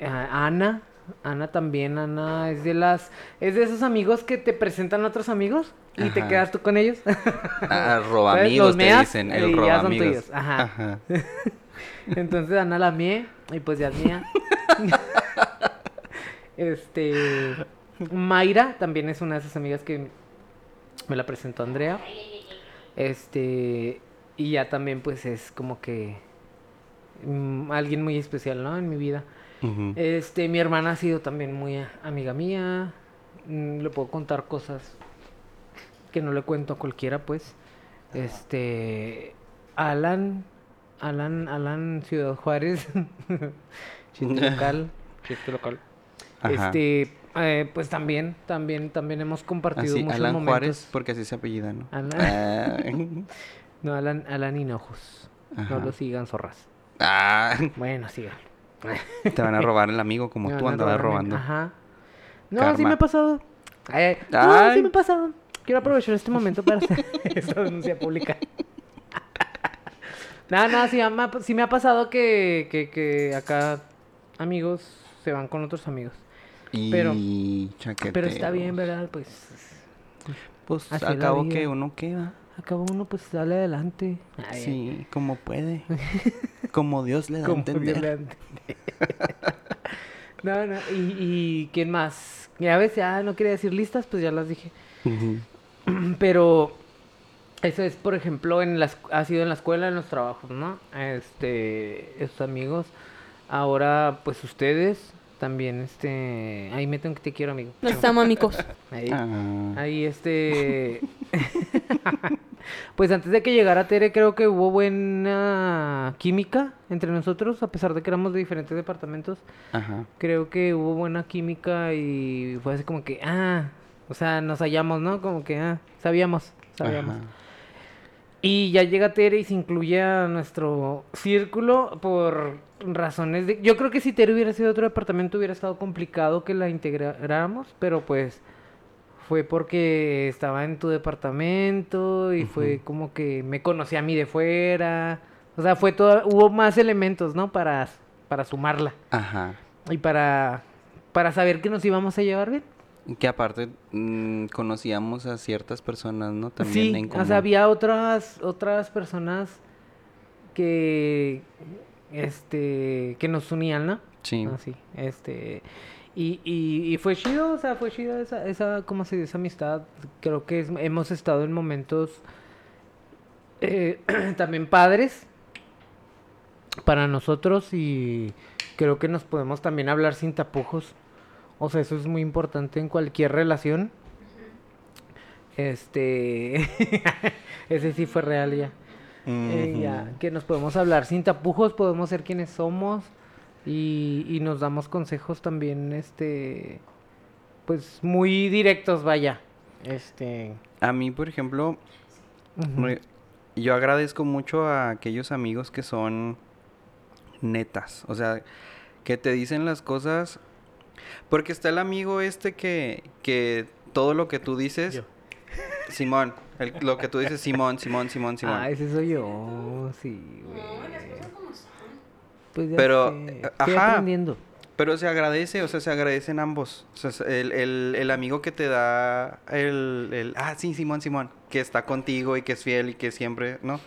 S4: a- Ana, Ana también, Ana es de las, es de esos amigos que te presentan a otros amigos y te
S2: Ajá.
S4: quedas tú con ellos.
S2: Ah,
S4: ¿sabes?
S2: robamigos
S4: Los
S2: te
S4: meas
S2: dicen, el
S4: y ya son
S2: robamigos.
S4: tuyos, ajá. Entonces Ana la mía y pues ya es mía. este Mayra también es una de esas amigas que me la presentó Andrea. Este y ya también pues es como que mm, alguien muy especial, ¿no? En mi vida.
S2: Ujú.
S4: Este, mi hermana ha sido también muy a- amiga mía. Mm, Le puedo contar cosas que no le cuento a cualquiera, pues. Este, Alan, Alan, Alan Ciudad Juárez. chiste local. Chiste local.
S2: Ajá.
S4: Este, eh, pues también, también, también hemos compartido
S2: Así,
S4: muchos
S2: Alan
S4: momentos. Ah.
S2: Juárez, pues. porque así se apellida, ¿no?
S4: Alan. No, Alan, Alan Hinojos.
S2: Ajá.
S4: No lo sigan, zorras.
S2: Ah, ah,
S4: Bueno, sigan.
S2: te van a robar el amigo como
S4: Me
S2: tú
S4: van a
S2: andabas
S4: robar, men.
S2: robando.
S4: Ajá. No, sí
S2: Karma.
S4: me ha pasado. Ay, ay. No,
S2: Ay.
S4: sí me ha pasado. Quiero aprovechar este momento para hacer esta denuncia pública. No, no, sí me ha, sí me ha pasado que, que, que acá amigos se van con otros amigos.
S2: Y
S4: Pero-
S2: chaqueteros.
S4: Pero está bien, ¿verdad? Pues
S2: Pues
S4: Así es
S2: al
S4: la
S2: cabo
S4: vida.
S2: que uno queda.
S4: Acaba uno, pues sale adelante.
S2: Sí, como puede. Como Dios le da a
S4: Como
S2: entender.
S4: violante. no, no. ¿Y, y quién más? Ya ves, ya no quería decir listas, pues ya las dije.
S2: Ujú.
S4: Pero eso es, por ejemplo, en las, ha sido en la escuela, en los trabajos, ¿no? Este, esos amigos. Ahora, pues ustedes también, este... Ahí me tengo que te quiero, amigo.
S3: Los amo, amigos.
S4: Ahí.
S2: Ah,
S4: Ahí este... pues antes de que llegara Tere creo que hubo buena química entre nosotros, a pesar de que éramos de diferentes departamentos.
S2: Ajá.
S4: Creo que hubo buena química y fue así como que, ah, o sea, nos hallamos, ¿no? Como que, ah, sabíamos, sabíamos.
S2: ajá.
S4: Y ya llega Tere y se incluye a nuestro círculo por razones de... Yo creo que si Tere hubiera sido de otro departamento hubiera estado complicado que la integráramos, pero pues fue porque estaba en tu departamento y fue como que me conocí a mí de fuera. O sea, fue todo... Hubo más elementos, ¿no? Para, para sumarla
S2: Ajá.
S4: y para, para saber que nos íbamos a llevar bien.
S2: Que aparte mm, conocíamos a ciertas personas, ¿no? También en
S4: Sí, o
S2: común.
S4: sea, había otras, otras personas que, este, que nos unían, ¿no?
S2: Sí.
S4: Así, Ah, este, y, y, y fue chido, o sea, fue chido esa, esa, ¿cómo se dice? Esa amistad. Creo que es- hemos estado en momentos eh, también padres para nosotros y creo que nos podemos también hablar sin tapujos. O sea, eso es muy importante en cualquier relación. Este, ese sí fue real ya. Eh, ya,
S2: Ujú.
S4: que nos podemos hablar sin tapujos, podemos ser quienes somos y, y nos damos consejos también, este, pues muy directos, vaya. Este,
S2: A mí, por ejemplo,
S4: ujú.
S2: Muy- Yo agradezco mucho a aquellos amigos que son netas, o sea, que te dicen las cosas, porque está el amigo este que, que todo lo que tú dices,
S4: Yo.
S2: Simón, el- lo que tú dices, Simón, Simón, Simón, Simón.
S4: Ah, ese soy yo, sí, güey. Pues ya
S2: Pero,
S4: sé,
S2: eh,
S4: estoy
S2: ajá.
S4: aprendiendo.
S2: Pero se agradece, o sea, se agradecen ambos. O sea, se- el, el- el amigo que te da el, el, ah, sí, Simón, Simón, que está contigo y que es fiel y que siempre, ¿no?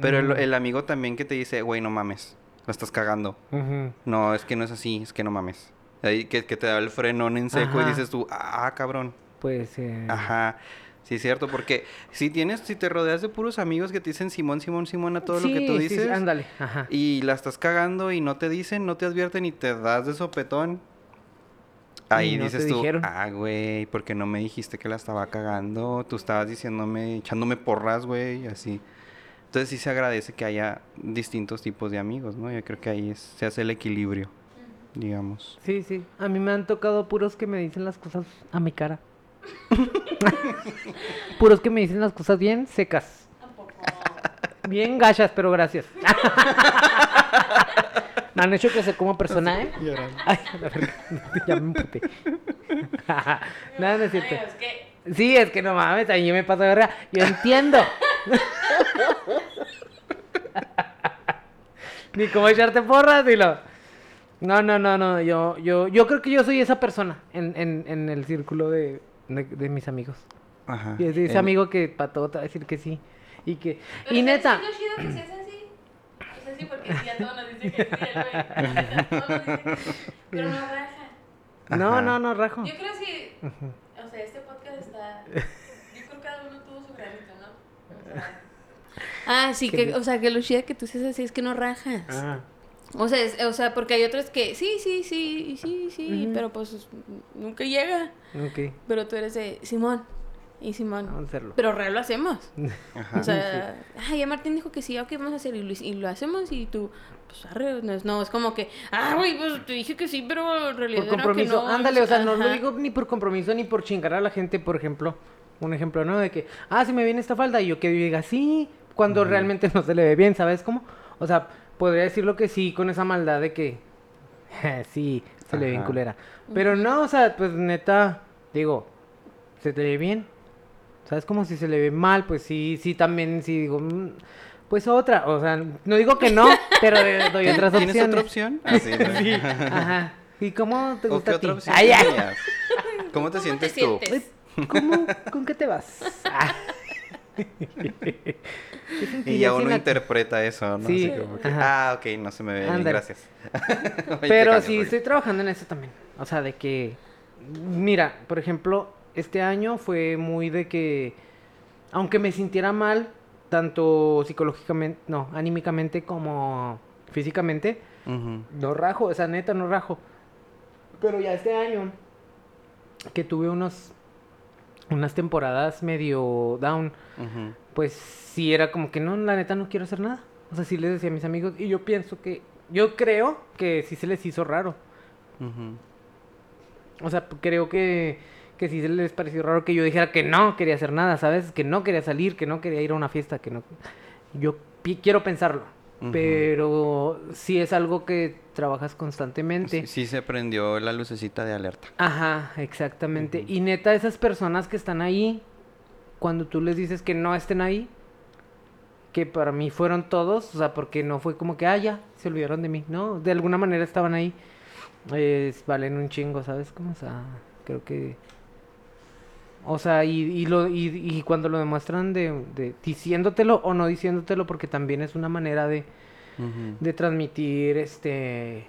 S2: Pero el,
S4: Ujú.
S2: el amigo también que te dice, güey, no mames, la estás cagando.
S4: Ujú.
S2: No, es que no es así, es que no mames. Ahí que, que te da el frenón en seco y
S4: Ajá.
S2: dices tú, ah, cabrón.
S4: Pues, eh,
S2: Ajá. Sí, es cierto, porque si tienes, si te rodeas de puros amigos que te dicen Simón, Simón, Simón a todo lo que
S4: sí,
S2: tú
S4: sí, sí,
S2: dices.
S4: ándale, ajá.
S2: Y la estás cagando y no te dicen, no te advierten y te das de sopetón. Ahí
S4: Y no te
S2: dices tú,
S4: dijeron.
S2: ah, güey, porque no me dijiste que la estaba cagando? Tú estabas diciéndome, echándome porras, güey, y así. Entonces sí se agradece que haya distintos tipos de amigos, ¿no? Yo creo que ahí es- se hace el equilibrio, digamos.
S4: Sí, sí. A mí me han tocado puros que me dicen las cosas a mi cara. puros que me dicen las cosas bien secas. Bien gachas, pero gracias. me han hecho que se como persona, ¿eh? Ay, la verga. ya me emputé. Nada, no es cierto. Sí, es que no mames, ahí yo me paso de verga. Yo entiendo. Ni cómo echarte porras, dilo. No, no, no, no. Yo, yo, yo creo que yo soy esa persona en, en, en el círculo de, de, de mis amigos.
S2: Ajá.
S4: Y es ese
S2: El-
S4: ginecólogo que para todo te va a decir que sí. Y que.
S5: Pero
S4: y
S5: ¿sabes
S4: neta.
S5: qué es lo chido que seas así? O sea, sí, porque sí, a todos nos dice que sí, el güey. A todos nos dice que sí, Pero no raja.
S4: No,
S2: Ajá.
S4: no, no, rajo.
S5: Yo creo que sí. O sea, este podcast está. Yo creo que cada uno tuvo su granito, ¿no? O sea,
S3: Ah, sí,
S4: Qué
S3: que,
S4: bien.
S3: o sea, que lo chida que tú seas así es que no rajas.
S4: Ah.
S3: O sea, es- o sea, porque hay otros que sí, sí, sí, y sí, sí,
S4: Ujú.
S3: pero pues nunca llega.
S4: Ok.
S3: Pero tú eres de Simón y Simón.
S4: Vamos a hacerlo.
S3: Pero real lo hacemos.
S2: Ajá.
S3: O sea, ay, ya Martín dijo que sí, ok, vamos a hacer y lo, hic- y lo hacemos y tú, pues arre, no es, no, es como que, ah, güey, pues te dije que sí, pero en realidad
S4: Por
S3: era que
S4: compromiso.
S3: no.
S4: Ándale, o sea, no lo
S3: Ajá.
S4: digo ni por compromiso ni por chingar a la gente, por ejemplo. Un ejemplo, ¿no? De que, ah, se me viene esta falda y yo que diga sí, cuando realmente no se le ve bien, ¿sabes cómo? O sea, podría decirlo que sí con esa maldad de que, sí, se le ve bien
S2: Ajá.
S4: culera. Pero no, o sea, pues neta, digo, se te ve bien. ¿Sabes cómo si se le ve mal? Pues sí, sí, también, sí, digo, "Mm, pues otra. O sea, no digo que no, pero eh, doy otras opciones.
S2: ¿Tienes otra opción? Ah, sí, ¿no?
S4: Sí, ajá. ¿Y cómo te
S2: ¿O
S4: gusta
S2: qué
S4: a ti? Ah,
S2: otra opción
S4: Ay, ay.
S2: tenías? ¿Cómo te sientes tú?
S4: Ay, ¿Cómo? ¿Con qué te vas? Ah. Dicen que
S2: Y ya
S4: sin
S2: uno
S4: la-
S2: interpreta eso, ¿no?
S4: Sí,
S2: Así como que,
S4: ajá.
S2: ah, ok, no se me ve bien,
S4: Ándale.
S2: gracias. Oye, te
S4: Pero
S2: cambias,
S4: sí,
S2: oye.
S4: estoy trabajando en eso también. O sea, de que. Mira, por ejemplo, este año fue muy de que. Aunque me sintiera mal, tanto psicológicamente, no, anímicamente como físicamente,
S2: Ujú.
S4: no rajo, o sea, neta, no rajo. Pero ya este año, que tuve unos. Unas temporadas medio down,
S2: Ujú.
S4: pues sí era como que no, la neta no quiero hacer nada. O sea, sí les decía a mis amigos, y yo pienso que, yo creo que sí se les hizo raro.
S2: Ujú.
S4: O sea, p- creo que, que sí se les pareció raro que yo dijera que no quería hacer nada, ¿sabes? Que no quería salir, que no quería ir a una fiesta, que no... Yo pi- quiero pensarlo,
S2: Ujú.
S4: pero sí es algo que trabajas constantemente.
S2: Sí, sí se prendió la lucecita de alerta.
S4: Ajá, exactamente. Y neta, esas personas que están ahí, cuando tú les dices que no estén ahí, que para mí fueron todos, o sea, porque no fue como que, ah, ya, se olvidaron de mí, ¿no? De alguna manera estaban ahí. Es- valen un chingo, ¿sabes? Como, o sea, creo que... O sea, y, y lo, y, y cuando lo demuestran de, de diciéndotelo o no diciéndotelo, porque también es una manera de
S2: Ujú.
S4: de transmitir este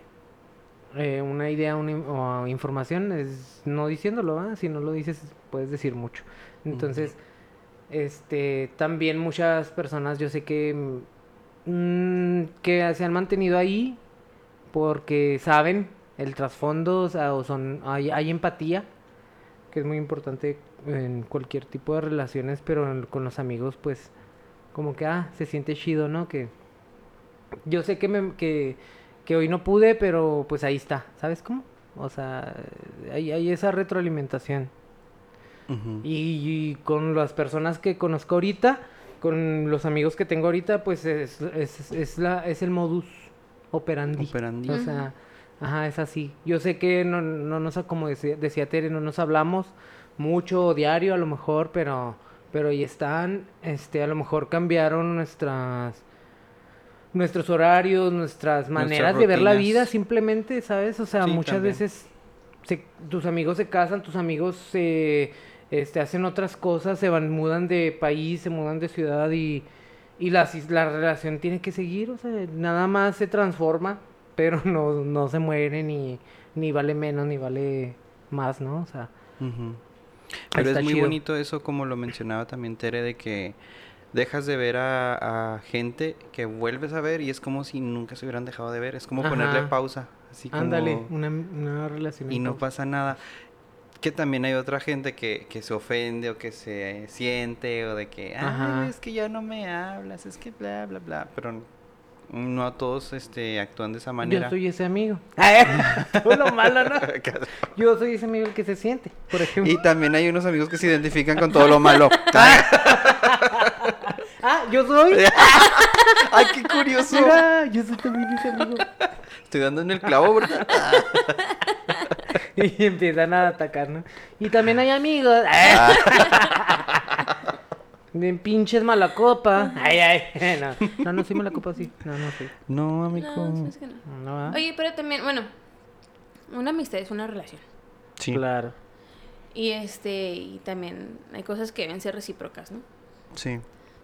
S4: eh, una idea una in- o información es no diciéndolo ¿va? si no lo dices puedes decir mucho entonces este también muchas personas yo sé que mm, que se han mantenido ahí porque saben el trasfondo o sea, o son hay, hay empatía que es muy importante en cualquier tipo de relaciones pero en- con los amigos pues como que ah se siente chido no que yo sé que, me- que, que hoy no pude, pero pues ahí está, ¿sabes cómo? O sea, hay, hay esa retroalimentación.
S2: Ujú.
S4: Y, y con las personas que conozco ahorita, con los amigos que tengo ahorita, pues es, es, es la, es el modus operandi.
S2: Operandi.
S4: O sea, ajá, es así. Yo sé que no, no nos, como decía, decía Tere, no nos hablamos mucho o diario a lo mejor, pero, pero ahí están. Este, a lo mejor cambiaron nuestras nuestros horarios, nuestras maneras de ver la vida,
S2: rutinas.
S4: simplemente, ¿sabes? O sea,
S2: Sí,
S4: muchas
S2: también.
S4: veces se- tus amigos se casan, tus amigos se este, hacen otras cosas, se van, mudan de país, se mudan de ciudad y, y la, si- la relación tiene que seguir, o sea, nada más se transforma, pero no, no se muere ni, ni vale menos, ni vale más, ¿no? O sea,
S2: Ujú. Pero
S4: está
S2: es muy
S4: chido.
S2: bonito eso, como lo mencionaba también Tere, de que dejas de ver a, a gente que vuelves a ver y es como si nunca se hubieran dejado de ver. Es como ponerle
S4: Ajá.
S2: pausa. Así como...
S4: ándale, una, una relación.
S2: y
S4: en
S2: no
S4: pausa.
S2: pasa nada. Que también hay otra gente que, que se ofende o que se siente o de que, ah,
S4: Ajá.
S2: es que ya no me hablas, es que bla, bla, bla. Pero no a todos este, actúan de esa manera.
S4: Yo soy ese amigo. Ah, eh, Todo lo malo, ¿no? Yo soy ese amigo el que se siente, por ejemplo.
S2: y también hay unos amigos que se identifican con todo lo malo.
S4: Ah, yo soy.
S2: ¡Ay, qué curioso!
S4: Mira, yo soy también ese amigo.
S2: Estoy dando en el clavo, ¿verdad?
S4: Y empiezan a atacar, ¿no? Y también hay amigos.
S3: Ah.
S4: De pinches mala copa. Ay, ay. No, no, no soy mala copa, sí. No, no soy.
S2: No,
S4: pues,
S2: amigo.
S3: No, se me hace que no.
S4: No, ¿verdad?
S3: Oye, pero también, bueno, una amistad es una relación.
S2: Sí,
S4: Claro.
S3: Y este, y también hay cosas que deben ser recíprocas, ¿no?
S2: sí.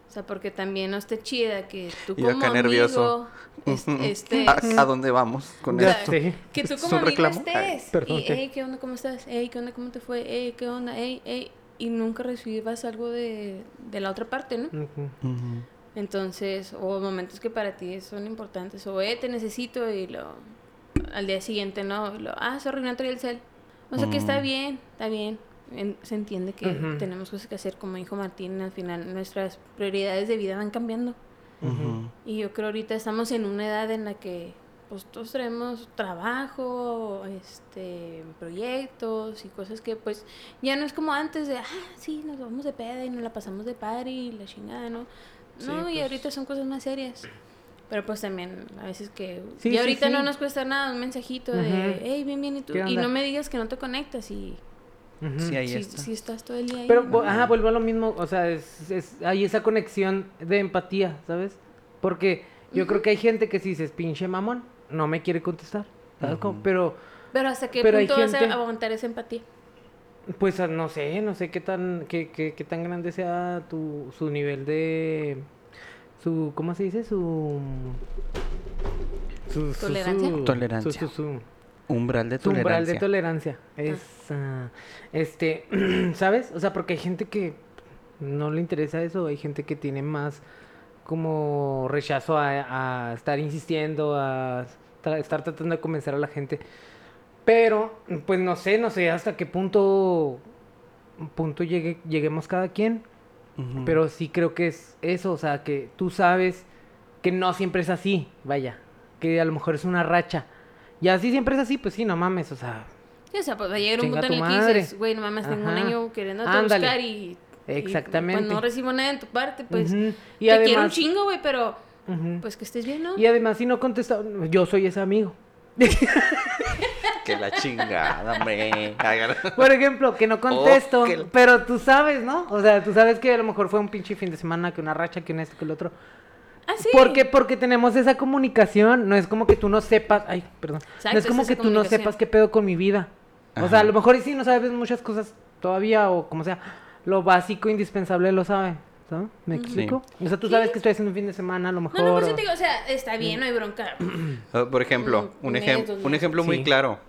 S3: O sea, porque también no esté chida que tú
S2: Y
S3: como
S2: acá
S3: amigo
S2: nervioso.
S3: es- este, estés-
S2: ¿A, a dónde vamos con
S3: Ya
S2: esto?
S4: Sí.
S3: que tú
S2: ¿Es
S3: como
S2: un
S3: amigo
S2: reclamo? Ay,
S3: estés
S4: perdón,
S3: y
S4: ¿qué?
S3: hey, qué onda, cómo estás? Hey, qué onda, cómo te fue? Hey, qué onda? Hey, hey y nunca recibas algo de, de la otra parte, ¿no?
S4: Ujú.
S2: Ujú.
S3: Entonces, o momentos que para ti son importantes, o eh, te necesito y lo al día siguiente no, y lo, ah, sorry, no traía el cel. O sea que está
S2: Mm.
S3: bien, está bien. En- se entiende que
S4: Ujú.
S3: tenemos cosas que hacer, como dijo Martín, al final nuestras prioridades de vida van cambiando.
S2: Ujú.
S3: Y yo creo ahorita estamos en una edad en la que pues todos traemos trabajo, este, proyectos y cosas que pues ya no es como antes de, ah, sí, nos vamos de peda y nos la pasamos de party y la chingada, ¿no?
S2: Sí,
S3: no, y
S2: pues.
S3: ahorita son cosas más serias. Pero pues también a veces que...
S4: Sí,
S3: y
S4: sí,
S3: ahorita no
S4: sí.
S3: nos cuesta nada un mensajito de,
S4: Ujú.
S3: hey, bien, bien, y tú...
S4: ¿Qué
S3: Y
S4: onda?
S3: no me digas que no te conectas y
S4: Ujú.
S2: Sí, ahí
S3: si,
S2: está.
S3: si estás todo el día ahí.
S4: Pero,
S3: ¿no?
S4: vo- ajá, vuelvo a lo mismo, o sea, es, es- hay esa conexión de empatía, ¿sabes? Porque yo creo que hay gente que si dices, pinche mamón, no me quiere contestar, ¿sabes? cómo?
S2: Ujú.
S4: Pero,
S3: Pero hasta qué
S4: pero hay
S3: punto vas a
S4: gente-
S3: aguantar esa empatía.
S4: Pues ah, no sé, no sé qué tan, qué, qué, qué tan grande sea tu, su nivel de, su, ¿cómo se dice? Su, su, su-
S3: Tolerancia.
S4: su-
S2: Tolerancia.
S4: su- su- su-
S2: Umbral de
S4: su umbral de
S2: tolerancia.
S4: tolerancia. Es, ah, este, ¿sabes? O sea, porque hay gente que no le interesa eso, hay gente que tiene más como rechazo a, a estar insistiendo, a tra- estar tratando de convencer a la gente. Pero, pues no sé, no sé hasta qué punto, punto llegue, lleguemos cada quien.
S2: Ujú.
S4: Pero sí creo que es eso, o sea, que tú sabes que no siempre es así, vaya, que a lo mejor es una racha. Y así siempre es así, pues sí, no mames, o sea,
S3: Sí, o sea, pues va a llegar un
S4: Chinga
S3: punto en
S4: tu
S3: el que
S4: madre.
S3: dices, güey, no mames, tengo un
S4: Ajá.
S3: año queriendo
S4: Ándale.
S3: buscar y... y,
S4: Exactamente.
S3: pues no recibo nada de tu parte, pues...
S4: ujú.
S3: te quiero un chingo, güey, pero...
S4: ujú.
S3: Pues que estés bien, ¿no?
S4: Y además si no contesta, yo soy ese amigo.
S2: Que la chingada, hombre. Agarra-
S4: Por ejemplo, que no contesto,
S2: que la-
S4: pero tú sabes, ¿no? O sea, tú sabes que a lo mejor fue un pinche fin de semana, que una racha, que un esto, que el otro.
S3: Ah, sí.
S4: ¿Por qué? Porque tenemos esa comunicación. No es como que tú no sepas. Ay, perdón.
S3: Exacto,
S4: no es
S3: es
S4: como
S3: esa
S4: que tú no
S3: comunicación.
S4: sepas qué pedo con mi vida. O
S2: Ajá.
S4: sea, a lo mejor y sí no sabes muchas cosas todavía o como sea. Lo básico, indispensable lo sabe. ¿Sabes? ¿Me explico? O sea, tú sabes que estoy haciendo un fin de semana, a lo mejor.
S3: No, no, por
S4: o-
S3: eso te digo, o sea, está bien, no hay bronca.
S2: Ah, Por ejemplo,
S3: Mm,
S2: un,
S3: mes,
S2: ejem-
S3: dos
S2: un
S3: meses.
S2: ejemplo muy
S4: Sí.
S2: claro.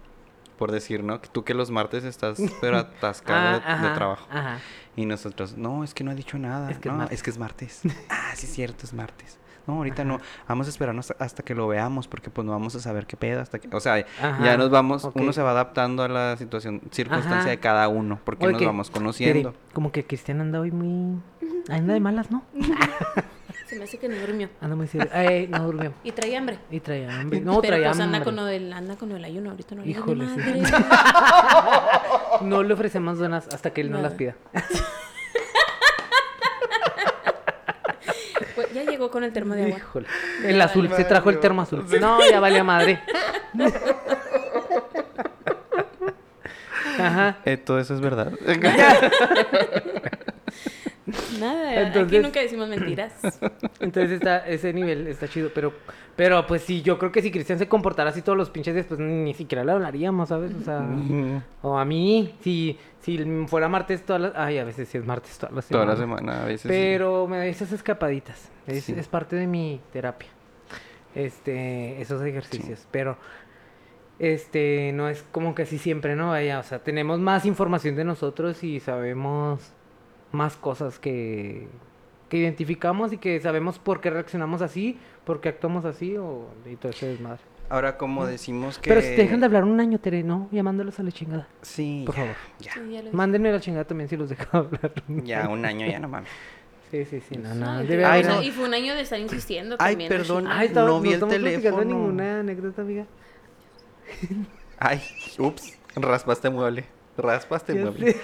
S2: Por decir, ¿no? Que tú que los martes estás pero atascado
S4: Ah,
S2: de- de,
S4: ajá,
S2: trabajo.
S4: Ajá.
S2: Y nosotros, no, es que no ha dicho nada.
S4: Es que es
S2: no,
S4: martes".
S2: es que es martes. Ah, sí, es cierto, es martes. No, ahorita no. Vamos a esperarnos hasta que lo veamos porque pues no vamos a saber qué pedo hasta que... O sea, ya
S4: Ajá,
S2: nos vamos,
S4: ok.
S2: uno se va adaptando a la situación, circunstancia
S4: Ajá.
S2: de cada uno porque
S4: Oye,
S2: nos
S4: que-
S2: vamos
S4: Tere,
S2: conociendo.
S4: como que Cristian anda hoy muy. Anda de malas, ¿no?
S3: Se me hace que no durmió.
S4: Anda muy serio. Ay, no durmió.
S3: Y trae hambre.
S4: Y traía hambre. No,
S3: pero
S4: traía
S3: pues anda
S4: hambre.
S3: con, lo del, anda con lo del ayuno, ahorita no le digo
S4: Híjole, sí.
S3: madre.
S4: No le ofrecemos donas hasta que él no
S3: Nada.
S4: las pida.
S3: Pues ya llegó con el termo de agua.
S4: Híjole. El azul, se trajo el termo azul. No, ya vale a madre. Ajá.
S2: Eh, todo eso es verdad.
S3: Nada, aquí
S4: Entonces-
S3: nunca decimos mentiras.
S4: Entonces está, ese nivel está chido, pero, pero pues sí, yo creo que si Cristian se comportara así todos los pinches días, pues ni siquiera le hablaríamos, ¿sabes? O sea, o a mí, si, si fuera martes todas las, ay, a veces sí es martes todas las
S2: Toda la
S4: semanas.
S2: semana a veces.
S4: Pero me da esas escapaditas. Es,
S2: Sí.
S4: es parte de mi terapia. Este, esos ejercicios. Pero, este, no es como que así siempre, ¿no? Vaya, o sea, tenemos más información de nosotros y sabemos más cosas que, que identificamos y que sabemos por qué reaccionamos así, por qué actuamos así o, y todo ese desmadre.
S2: Ahora como decimos que...
S4: Pero si te dejan de pues, hablar un año, Tere, ¿no? Llamándolos a la chingada.
S2: Sí,
S4: Por
S2: ya,
S4: favor.
S2: ya.
S3: Sí, ya lo
S4: Mándenme a la chingada también si los dejo hablar.
S2: Ya, un año ya no mames.
S4: Sí, sí, sí. No,
S3: dije.
S4: no.
S3: No,
S4: debe
S3: y-
S2: Ay,
S3: o
S4: haber-
S3: sea,
S2: no.
S3: Y fue un año de estar insistiendo
S2: Ay,
S3: también.
S2: perdón.
S3: así.
S4: Ay, está-
S2: No vi el
S4: estamos platicando
S2: teléfono.
S4: ninguna anécdota, amiga.
S2: Ay, ups, raspaste mueble. Raspaste
S4: Ya
S2: mueble.
S4: sé.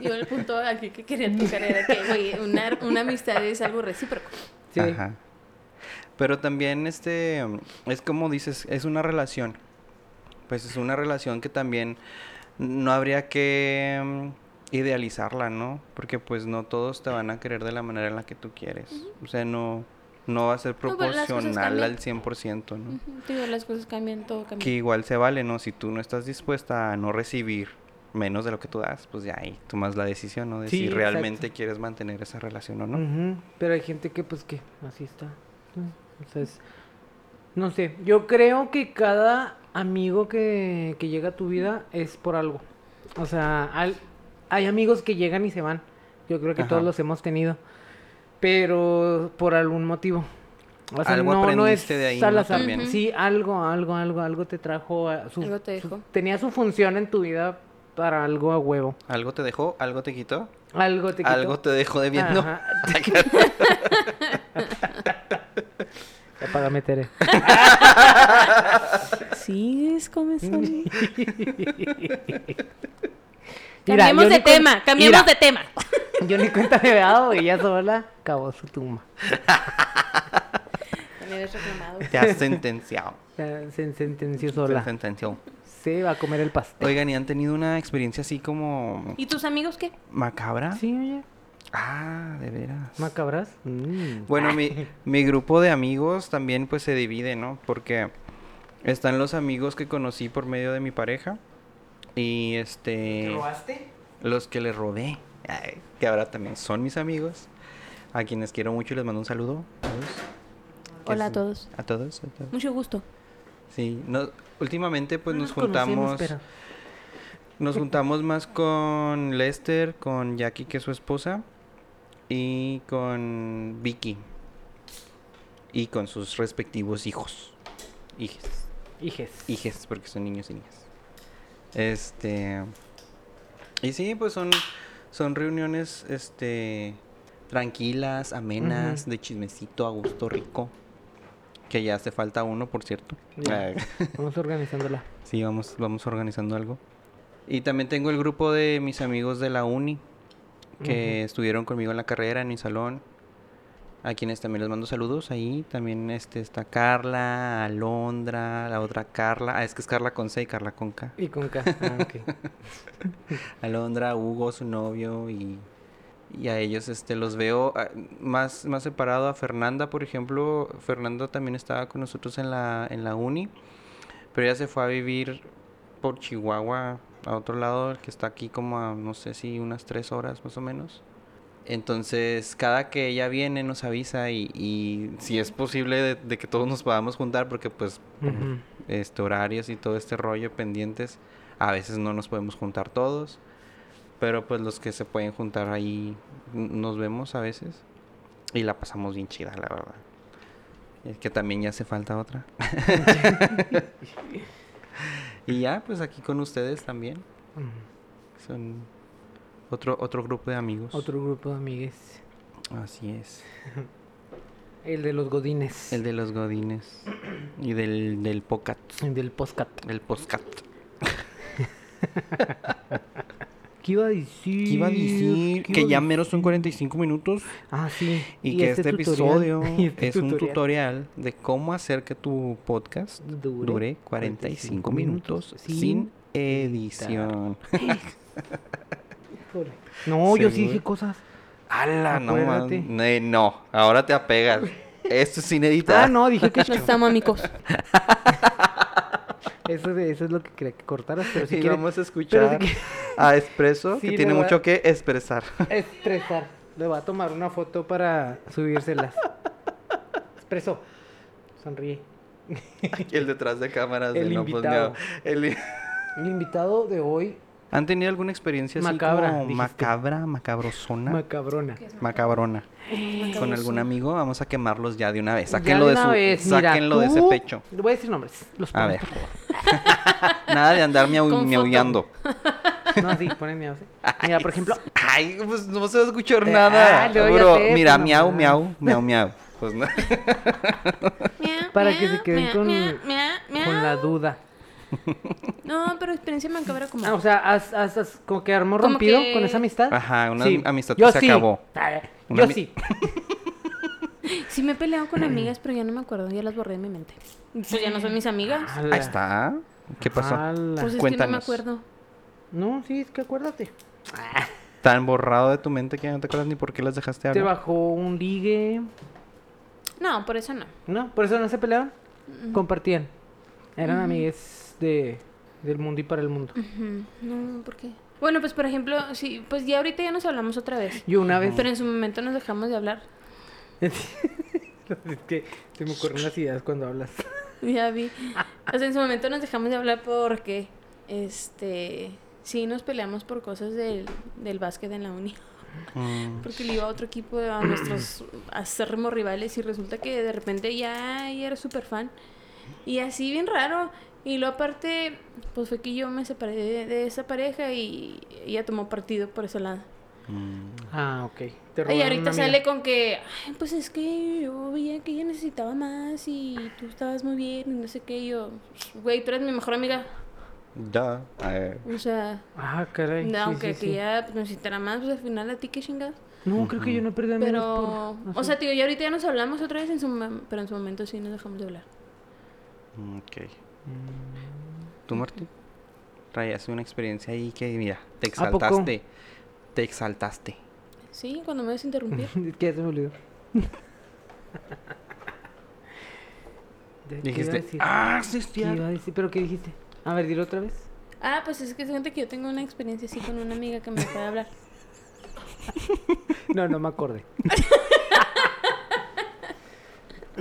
S3: Yo el punto aquí que quería tocar era que, güey, una, una amistad es algo recíproco.
S4: Sí.
S2: Ajá. Pero también este es como dices, es una relación. Pues es una relación que también no habría que mm, idealizarla, ¿no? Porque pues no todos te van a querer de la manera en la que tú quieres. O sea, no no va a ser
S3: No, pero las cosas
S2: proporcional
S3: cambian.
S2: al 100%, ¿no?
S3: Ujú, Digo, las cosas cambian, todo cambia.
S2: Que igual se vale, ¿no? Si tú no estás dispuesta a no recibir menos de lo que tú das, pues ya ahí tomas la decisión, ¿no? De
S4: Sí,
S2: si
S4: exacto.
S2: realmente quieres mantener esa relación o no.
S4: Ujú, Pero hay gente que, pues, que así está. Entonces, no sé. Yo creo que cada amigo que, que llega a tu vida es por algo. O sea, al- hay amigos que llegan y se van. Yo creo que
S2: Ajá.
S4: todos los hemos tenido. Pero por algún motivo. O sea,
S2: Algo
S4: no, no es
S2: aprendiste de ahí, ¿no?
S4: al azar.
S2: También.
S3: Ujú.
S4: Sí, algo, algo, algo, algo te trajo. a- su-
S3: Algo te
S4: su-
S3: dejó.
S4: tenía su función en tu vida para algo a huevo.
S2: ¿Algo te dejó? ¿Algo te quitó?
S4: Algo te quitó.
S2: Algo te dejó de viendo.
S4: Ajá. Apágame, Tere.
S3: Sigues comenzando.
S4: Mira,
S3: Cambiemos
S4: yo
S3: de
S4: ni con-
S3: tema, cambiemos
S4: Mira,
S3: de tema.
S4: Yo ni cuenta me he dado y ella sola acabó su tumba.
S2: Te has sentenciado.
S4: Ya Se sentenció
S2: Te
S4: sola.
S2: sentenció.
S4: Se va a comer el pastel.
S2: Oigan, ¿y han tenido una experiencia así como
S3: ¿Y tus amigos qué?
S2: macabra?
S4: Sí, oye.
S2: Ah, de veras.
S4: Macabras. Mm.
S2: Bueno, pues mi, mi grupo de amigos también pues se divide, ¿no? Porque están los amigos que conocí por medio de mi pareja. Y este...
S4: ¿Robaste?
S2: los que les robé, ay, que ahora también son mis amigos, a quienes quiero mucho y les mando un saludo. Adiós. Que
S3: Hola a
S2: es-
S3: todos.
S2: A todos. a todos.
S3: Mucho gusto.
S2: Sí, no- últimamente pues
S4: No
S2: nos
S4: conocíamos,
S2: juntamos,
S4: pero-
S2: nos juntamos más con Lester, con Jackie que es su esposa y con Vicky y con sus respectivos hijos, hijes.
S4: Hijes.
S2: hijes, porque son niños y niñas. Este. Y sí, pues son, son reuniones este, tranquilas, amenas,
S4: Ujú.
S2: de chismecito, a gusto, rico. Que ya hace falta uno, por cierto.
S4: Ya. Vamos organizándola.
S2: sí, vamos, vamos organizando algo. Y también tengo el grupo de mis amigos de la uni, que estuvieron conmigo en la carrera, en mi salón. A quienes también les mando saludos ahí. También este, está Carla, Alondra, la otra Carla. Ah, es que es Carla con C y Carla con K.
S4: Y con K. Ah, ok.
S2: Alondra, Hugo, su novio y, y a ellos este los veo ah, más, más separado a Fernanda, por ejemplo, Fernanda también estaba con nosotros en la, en la uni, pero ella se fue a vivir por Chihuahua a otro lado, el que está aquí como a no sé si unas tres horas más o menos. Entonces, cada que ella viene nos avisa y, y si es posible de, de que todos nos podamos juntar porque pues
S4: Ujú.
S2: este, horarios y todo este rollo pendientes. A veces no nos podemos juntar todos, pero pues los que se pueden juntar ahí n- nos vemos a veces y la pasamos bien chida, la verdad. Es que también ya hace falta otra. y ya, pues aquí con ustedes también.
S4: Ujú.
S2: Son otro, otro grupo de amigos.
S4: Otro grupo de amigues.
S2: Así es.
S4: El de los godines.
S2: El de los godines y del, del pocat.
S4: El del postcat.
S2: El postcat.
S4: ¿Qué iba a decir?
S2: Que iba a decir
S4: ¿Qué
S2: que
S4: iba a
S2: ya
S4: decir?
S2: mero son 45 minutos.
S4: Ah, sí.
S2: Y, que este, episodio
S4: tutorial- y este
S2: es un tutorial de cómo hacer que tu podcast
S4: Dure
S2: dure 45 minutos
S4: sin
S2: sin edición.
S4: Híjole. No, yo sí
S2: Seguro.
S4: dije cosas.
S2: ¡Hala! No, man.
S4: Acuérdate.
S2: Ne- no, ahora te apegas. Esto es sin editar.
S4: Ah, no, dije que
S3: Nos estamos amigos.
S4: eso, de- eso es lo que quería que cortaras, pero si
S2: Y
S4: quieres
S2: vamos a escuchar
S4: pero si
S2: a Expreso,
S4: Sí,
S2: que tiene
S4: la
S2: mucho que expresar.
S4: estresar. Le va a tomar una foto para subírselas. Expreso. Sonríe.
S2: El detrás de cámaras
S4: El
S2: de no, pues,
S4: invitado.
S2: no. El-
S4: El invitado de hoy,
S2: ¿Han tenido alguna experiencia así
S4: Macabra,
S2: como
S4: dijiste.
S2: macabra, macabrosona?
S4: macabrona.
S2: macabrona. Con algún amigo, vamos a quemarlos ya de una vez. Sáquenlo
S4: Ya
S2: de
S4: una
S2: su
S4: vez, mira,
S2: sáquenlo de ese
S4: tú-
S2: pecho.
S4: Le voy a decir nombres. Los
S2: A
S4: pongo,
S2: ver.
S4: por favor.
S2: Nada de andar miau-
S3: Con foto.
S2: miaullando.
S4: No, sí, ponen miau, sí. Mira, por ejemplo,
S2: Ay, pues no se va a escuchar
S4: Eh,
S2: nada.
S4: ah, luego ya
S2: Bro,
S4: sé,
S2: mira,
S4: pues,
S2: miau,
S4: nomás.
S2: miau, miau, miau. Pues no.
S4: Para que se queden con- con la
S3: duda.
S4: duda.
S3: No, pero experiencia macabra como.
S4: Ah, o sea, has, has- has- como que armó
S3: Como
S4: rompido
S3: que-
S4: con esa amistad.
S2: Ajá, una
S4: Sí.
S2: amistad que
S4: Yo
S2: se
S4: sí.
S2: acabó.
S4: Ah,
S2: Una
S4: Yo
S2: ami-
S4: sí.
S3: Sí me he peleado con amigas, pero ya no me acuerdo, ya las borré de mi mente. Pues ya no son mis
S4: Ah,
S3: amigas.
S2: Ahí está. ¿Qué pasó?
S4: Ala.
S3: Pues es que no me
S2: cuéntanos.
S3: acuerdo.
S4: No, sí, es que acuérdate.
S2: Tan borrado de tu mente que ya no te acuerdas ni por qué las dejaste
S4: Te
S2: hablar.
S4: bajó un ligue.
S3: No, por eso no.
S4: ¿No? ¿Por eso no se peleaban? Compartían. Eran amigues de, del mundo y para el mundo.
S3: Ujú, No, ¿por qué? Bueno, pues por ejemplo, sí, pues ya ahorita ya nos hablamos otra vez.
S4: Yo una vez.
S3: Pero en su momento nos dejamos de hablar.
S4: es que se me ocurren las ideas cuando hablas.
S3: Ya vi. O sea, en su momento nos dejamos de hablar porque, este, sí nos peleamos por cosas del, del básquet en la uni.
S2: Mm.
S3: Porque le iba a otro equipo, a nuestros acérrimos rivales, y resulta que de repente ya, ya era súper fan. Y así, bien raro. Y luego, aparte, pues fue que yo me separé de, de esa pareja y ella tomó partido por ese lado.
S2: Mm.
S4: Ah, ok. Te
S3: Y
S4: robaron una
S3: ahorita
S4: amiga.
S3: sale con que, "Ay, pues es que yo veía que ella necesitaba más y tú estabas muy bien, y no sé qué. Y yo, güey, tú eres mi mejor amiga.
S2: Da. A ver.
S3: O sea,
S4: Ah, caray.
S3: no,
S4: sí,
S3: aunque
S4: sí, sí.
S3: que ella necesitara más, pues al final a ti que chingados.
S4: No, creo que yo no perdí amigos
S3: Pero,
S4: por- no
S3: o
S4: sé.
S3: sea, tío, ya ahorita ya nos hablamos otra vez, en su mom- pero en su momento sí nos dejamos de hablar.
S2: Mm, Ok. ¿Tú, Martín? Traías una experiencia ahí que, mira, te
S4: ¿A poco?
S2: exaltaste. Te exaltaste.
S3: Sí, cuando me vas a interrumpir.
S4: Es que ya se me olvidó. ¿De qué iba a
S2: Dijiste,
S4: decir?
S2: ah, sí, es
S4: ¿Qué iba
S2: cierto".
S4: Ah, a decir? ¿Pero qué dijiste? A ver, dilo otra vez.
S3: Ah, pues es que es gente que yo tengo una experiencia así con una amiga que me puede hablar.
S4: No, no me acordé.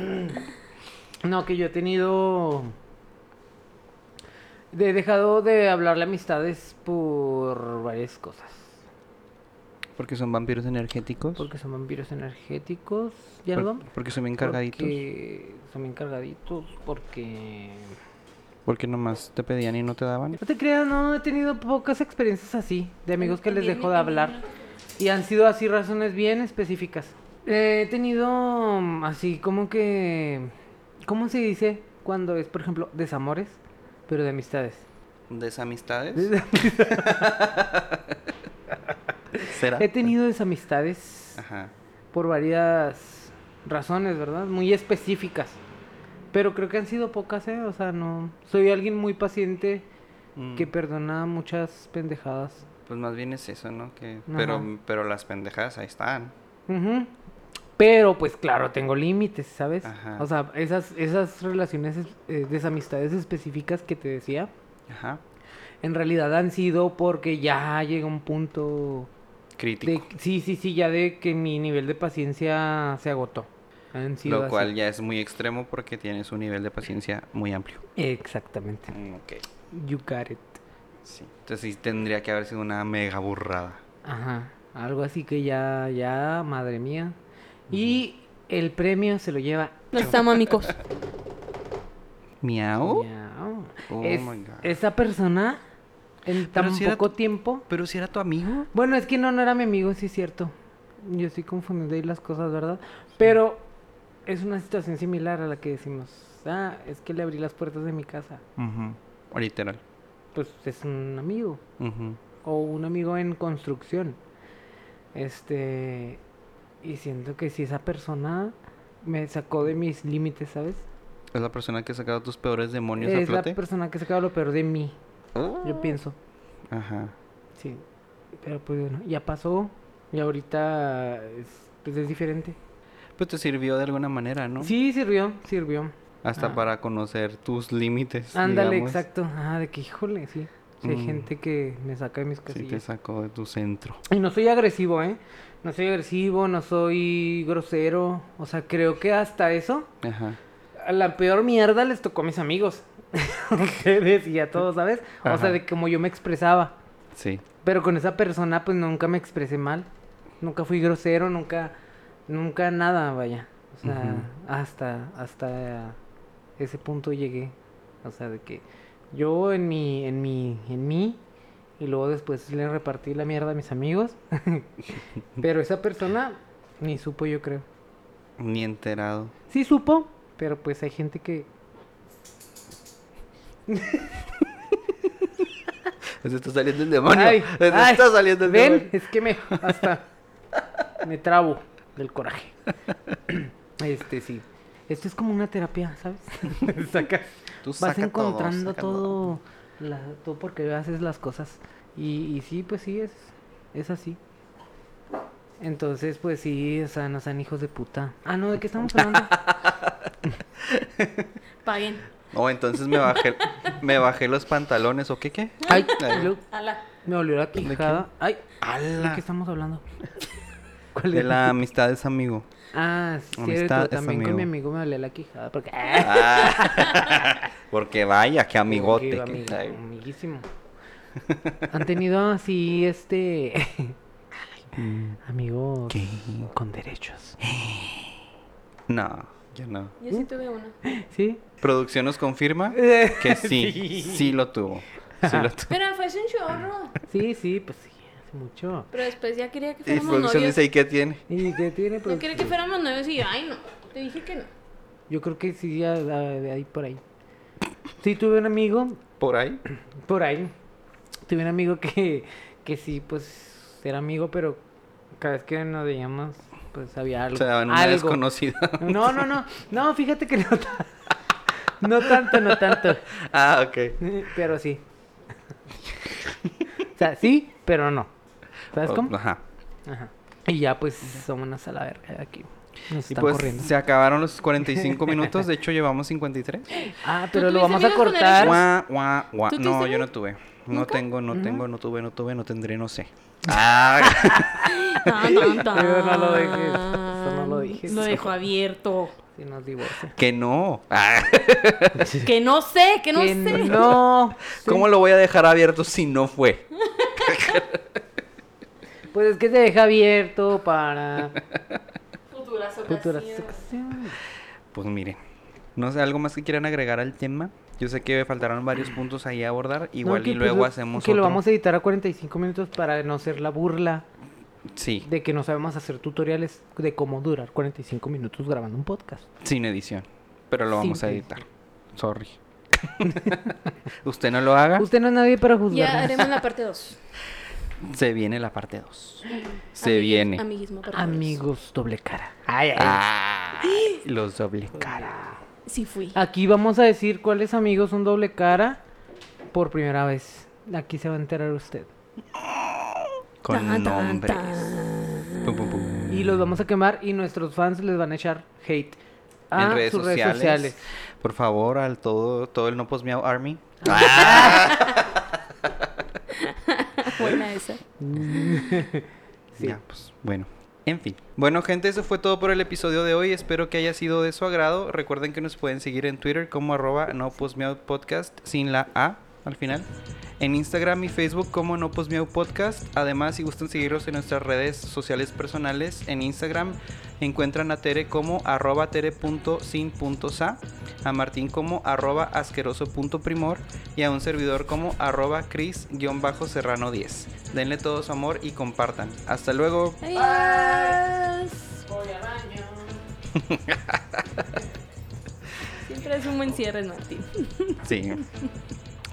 S4: no, que yo he tenido... He dejado de hablarle a amistades por varias cosas.
S2: Porque son vampiros energéticos.
S4: Porque son vampiros energéticos. ¿Ya nos
S2: por-
S4: vamos?
S2: porque son bien cargaditos. Porque...
S4: Porque son bien cargaditos. Porque...
S2: nomás te pedían y no te daban.
S4: No te creas, no, he tenido pocas experiencias así. De amigos que les
S5: También
S4: dejo
S5: he
S4: de
S5: tenido
S4: hablar. Y han sido así razones bien específicas. Eh, He tenido mm, así como que... ¿Cómo se dice cuando es, por ejemplo, desamores? Pero de amistades.
S2: ¿Desamistades? ¿Será?
S4: He tenido desamistades
S2: Ajá.
S4: por varias razones, ¿verdad? Muy específicas. Pero creo que han sido pocas, ¿eh? O sea, no... Soy alguien muy paciente
S2: Mm.
S4: que perdona muchas pendejadas.
S2: Pues más bien es eso, ¿no? Que...
S4: Ajá.
S2: Pero, pero las pendejadas ahí están.
S4: Ujú. Pero pues claro, tengo límites, ¿sabes?
S2: Ajá.
S4: O sea, esas, esas relaciones, es- eh, desamistades específicas que te decía,
S2: Ajá.
S4: en realidad han sido porque ya llega un punto de...
S2: Crítico.
S4: Sí, sí, sí, ya de que mi nivel de paciencia se agotó. Han sido
S2: Lo
S4: así.
S2: cual ya es muy extremo porque tienes un nivel de paciencia muy amplio.
S4: Exactamente.
S2: Mm, ok.
S4: You got it.
S2: Sí. Entonces sí tendría que haber sido una mega burrada.
S4: Ajá. Algo así que ya, ya, madre mía. Y el premio se lo lleva...
S3: Los amo, amigos.
S2: ¿Miau?
S4: Miau.
S2: Oh
S4: Es-
S2: my God.
S4: Esa persona en tan
S2: Pero si era
S4: poco
S2: tu-
S4: tiempo.
S2: Pero si era tu amigo.
S4: Bueno, es que no, no era mi amigo, sí es cierto. Yo estoy confundiendo ahí las cosas, ¿verdad? Pero es una situación similar a la que decimos. Ah, es que le abrí las puertas de mi casa.
S2: Literal.
S4: Pues es un amigo.
S2: Ujú.
S4: O un amigo en construcción. Este. Y siento que si esa persona me sacó de mis límites, ¿sabes?
S2: Es la persona que ha sacado tus peores demonios a
S4: Es la
S2: flote. Ah.
S4: persona que sacaba lo peor de mí. Yo pienso.
S2: Ajá.
S4: Sí, pero pues bueno, ya pasó y ahorita es, pues es diferente.
S2: Pues te sirvió de alguna manera, ¿no?
S4: Sí, sirvió, sirvió.
S2: Hasta
S4: Ah.
S2: para conocer tus límites.
S4: Ándale,
S2: Pues, digamos.
S4: exacto. Ah, de que híjole, sí. Sí, hay
S2: Mm.
S4: gente que me saca de mis
S2: Sí, te
S4: casillas.
S2: sacó de tu centro.
S4: y no soy agresivo, ¿eh? No soy agresivo, no soy grosero. O sea, creo que hasta eso,
S2: Ajá.
S4: a la peor mierda les tocó a mis amigos. Ustedes y a todos, ¿sabes? O
S2: Ajá.
S4: sea, de como yo me expresaba.
S2: Sí.
S4: Pero con esa persona pues nunca me expresé mal. Nunca fui grosero, nunca nunca nada, vaya. O sea,
S2: Ujú.
S4: hasta hasta ese punto llegué. O sea, de que yo en mi en mi en mí y luego después le repartí la mierda a mis amigos. pero esa persona ni supo, yo creo.
S2: Ni enterado.
S4: Sí supo, pero pues hay gente que
S2: Se está saliendo el demonio.
S4: Ay,
S2: Se
S4: ay,
S2: está saliendo el
S4: Ven,
S2: demonio.
S4: es que me hasta me trabo del coraje. Este sí. Esto es como una terapia, ¿sabes? Sacas-
S2: Tú
S4: vas
S2: saca todo,
S4: encontrando
S2: saca
S4: todo, la, todo porque haces las cosas. Y, y sí, pues sí, es, es así. Entonces, pues sí, o sea, no sean hijos de puta. Ah, no, ¿de qué estamos hablando?
S5: Paguen.
S2: No, Oh, entonces me bajé, me bajé los pantalones o qué qué.
S4: Ay,
S2: Ay.
S4: lo-
S5: Ala.
S4: me olió la
S2: qué?
S4: quijada. Ay, ¿de
S2: ¡Hala!
S4: qué estamos hablando? ¿Cuál
S2: De
S4: era?
S2: la amistad es amigo.
S4: Ah, sí,
S2: Amistad
S4: cierto,
S2: es
S4: también con mi
S2: amigo.
S4: amigo me olía la quijada porque...
S2: Ah, porque vaya, que amigote.
S4: Amigo,
S2: que-
S4: amigo,
S2: ay,
S4: amiguísimo. Han tenido así, este... amigos
S2: Mm. ¿Qué?
S4: con derechos.
S2: No, yo no.
S3: Yo
S4: ¿Mm?
S3: sí tuve una.
S4: ¿Sí?
S2: Producción nos confirma que sí, sí, lo tuvo. Sí lo tuvo.
S3: Pero fue hace un chorro.
S4: Sí, sí, pues sí, hace mucho.
S3: Pero después ya quería que
S2: Y pues,
S3: fuéramos
S2: producción
S3: novios.
S2: dice, ¿y qué tiene?
S4: ¿Y qué tiene?
S3: No
S4: Pues,
S3: quería que fuéramos novios y yo, ay, no. Te dije que no.
S4: Yo creo que sí, ya la- de ahí por ahí. Sí, tuve un amigo,
S2: ¿Por ahí?
S4: por ahí. Tuve un amigo que, que sí, pues era amigo, pero cada vez que nos veíamos, pues había algo.
S2: Se daban una
S4: algo.
S2: desconocida.
S4: No, no, no. No, fíjate que no, ta- no tanto, no tanto.
S2: ah, ok.
S4: Pero sí. O sea, sí, pero no. ¿Sabes
S2: Oh,
S4: cómo?
S2: Ajá.
S4: Ajá. Y ya pues somos a la verga de aquí. Nos
S2: Y
S4: están
S2: pues
S4: corriendo.
S2: se acabaron los 45 minutos, de hecho llevamos 53.
S4: Ah,
S3: ¿Tú
S4: pero
S3: tuviste
S4: lo vamos a
S3: amigos con
S4: cortar.
S3: derechos?
S2: Guau, guau, guau.
S3: ¿Tú
S2: No,
S3: tuviste
S2: yo
S3: mu-
S2: no tuve. No
S3: ¿Nunca?
S2: tengo, no tengo, no tuve, no tuve, no tendré, no sé. Ah,
S3: Tan, tan,
S4: Eso no lo dije,
S3: tan.
S4: eso no lo dije.
S3: Lo dejo abierto.
S4: Si nos divorcia.
S2: que no. Ah,
S3: Que no sé, que no
S4: Que
S3: sé.
S4: No.
S2: ¿Cómo lo voy a dejar abierto si no fue?
S4: Pues es que se deja abierto para
S5: Futuras
S4: futuras
S5: ocasiones.
S4: secciones.
S2: Pues miren, no sé, algo más que quieran agregar al tema. Yo sé que faltaron varios puntos ahí a abordar. Igual
S4: Mm. No, que
S2: y
S4: pues
S2: luego
S4: lo-
S2: hacemos
S4: Que lo
S2: otro.
S4: vamos a editar a 45 minutos para no ser la burla
S2: Sí,
S4: de que no sabemos hacer tutoriales de cómo durar 45 minutos grabando un podcast.
S2: sin edición. Pero lo vamos
S4: Sin
S2: a editar. Sorry. Usted no lo haga,
S4: Usted no es nadie para
S3: Ya
S4: juzgarnos.
S3: haremos la parte 2.
S2: se viene la parte 2. Se viene.
S3: Amiguismo, parte dos.
S4: Amigos doble cara. Ay, ay.
S2: Ah, los doble cara.
S3: Sí fui.
S4: Aquí vamos a decir cuáles amigos son doble cara por primera vez. Aquí se va a enterar usted.
S2: Con
S3: Tan, tan,
S2: nombres.
S3: tan.
S2: Pum, pum, pum.
S4: Y los vamos a quemar y nuestros fans les van a echar hate a
S2: en redes
S4: sus
S2: sociales,
S4: redes sociales.
S2: Por favor, al todo, todo el No Post Miau Army.
S3: Buena esa.
S4: Sí.
S2: Ya, pues, bueno. En fin. Bueno, gente, eso fue todo por el episodio de hoy. Espero que haya sido de su agrado. Recuerden que nos pueden seguir en Twitter como arroba no Post Miau podcast sin la A al final. En Instagram y Facebook como no Post Miau podcast. Además, si gustan seguirnos en nuestras redes sociales personales, en Instagram encuentran a Tere como arroba tere.sin.sa, a Martín como arroba asqueroso.primor y a un servidor como arroba cris-serrano10. Denle todo su amor y compartan. Hasta luego.
S3: Adiós.
S5: Voy al baño.
S3: Siempre es un buen cierre, Martín.
S2: Sí.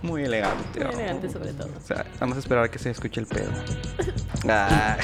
S2: Muy elegante.
S3: Muy elegante, sobre todo.
S2: O sea, vamos a esperar a que se escuche el pedo. Ah.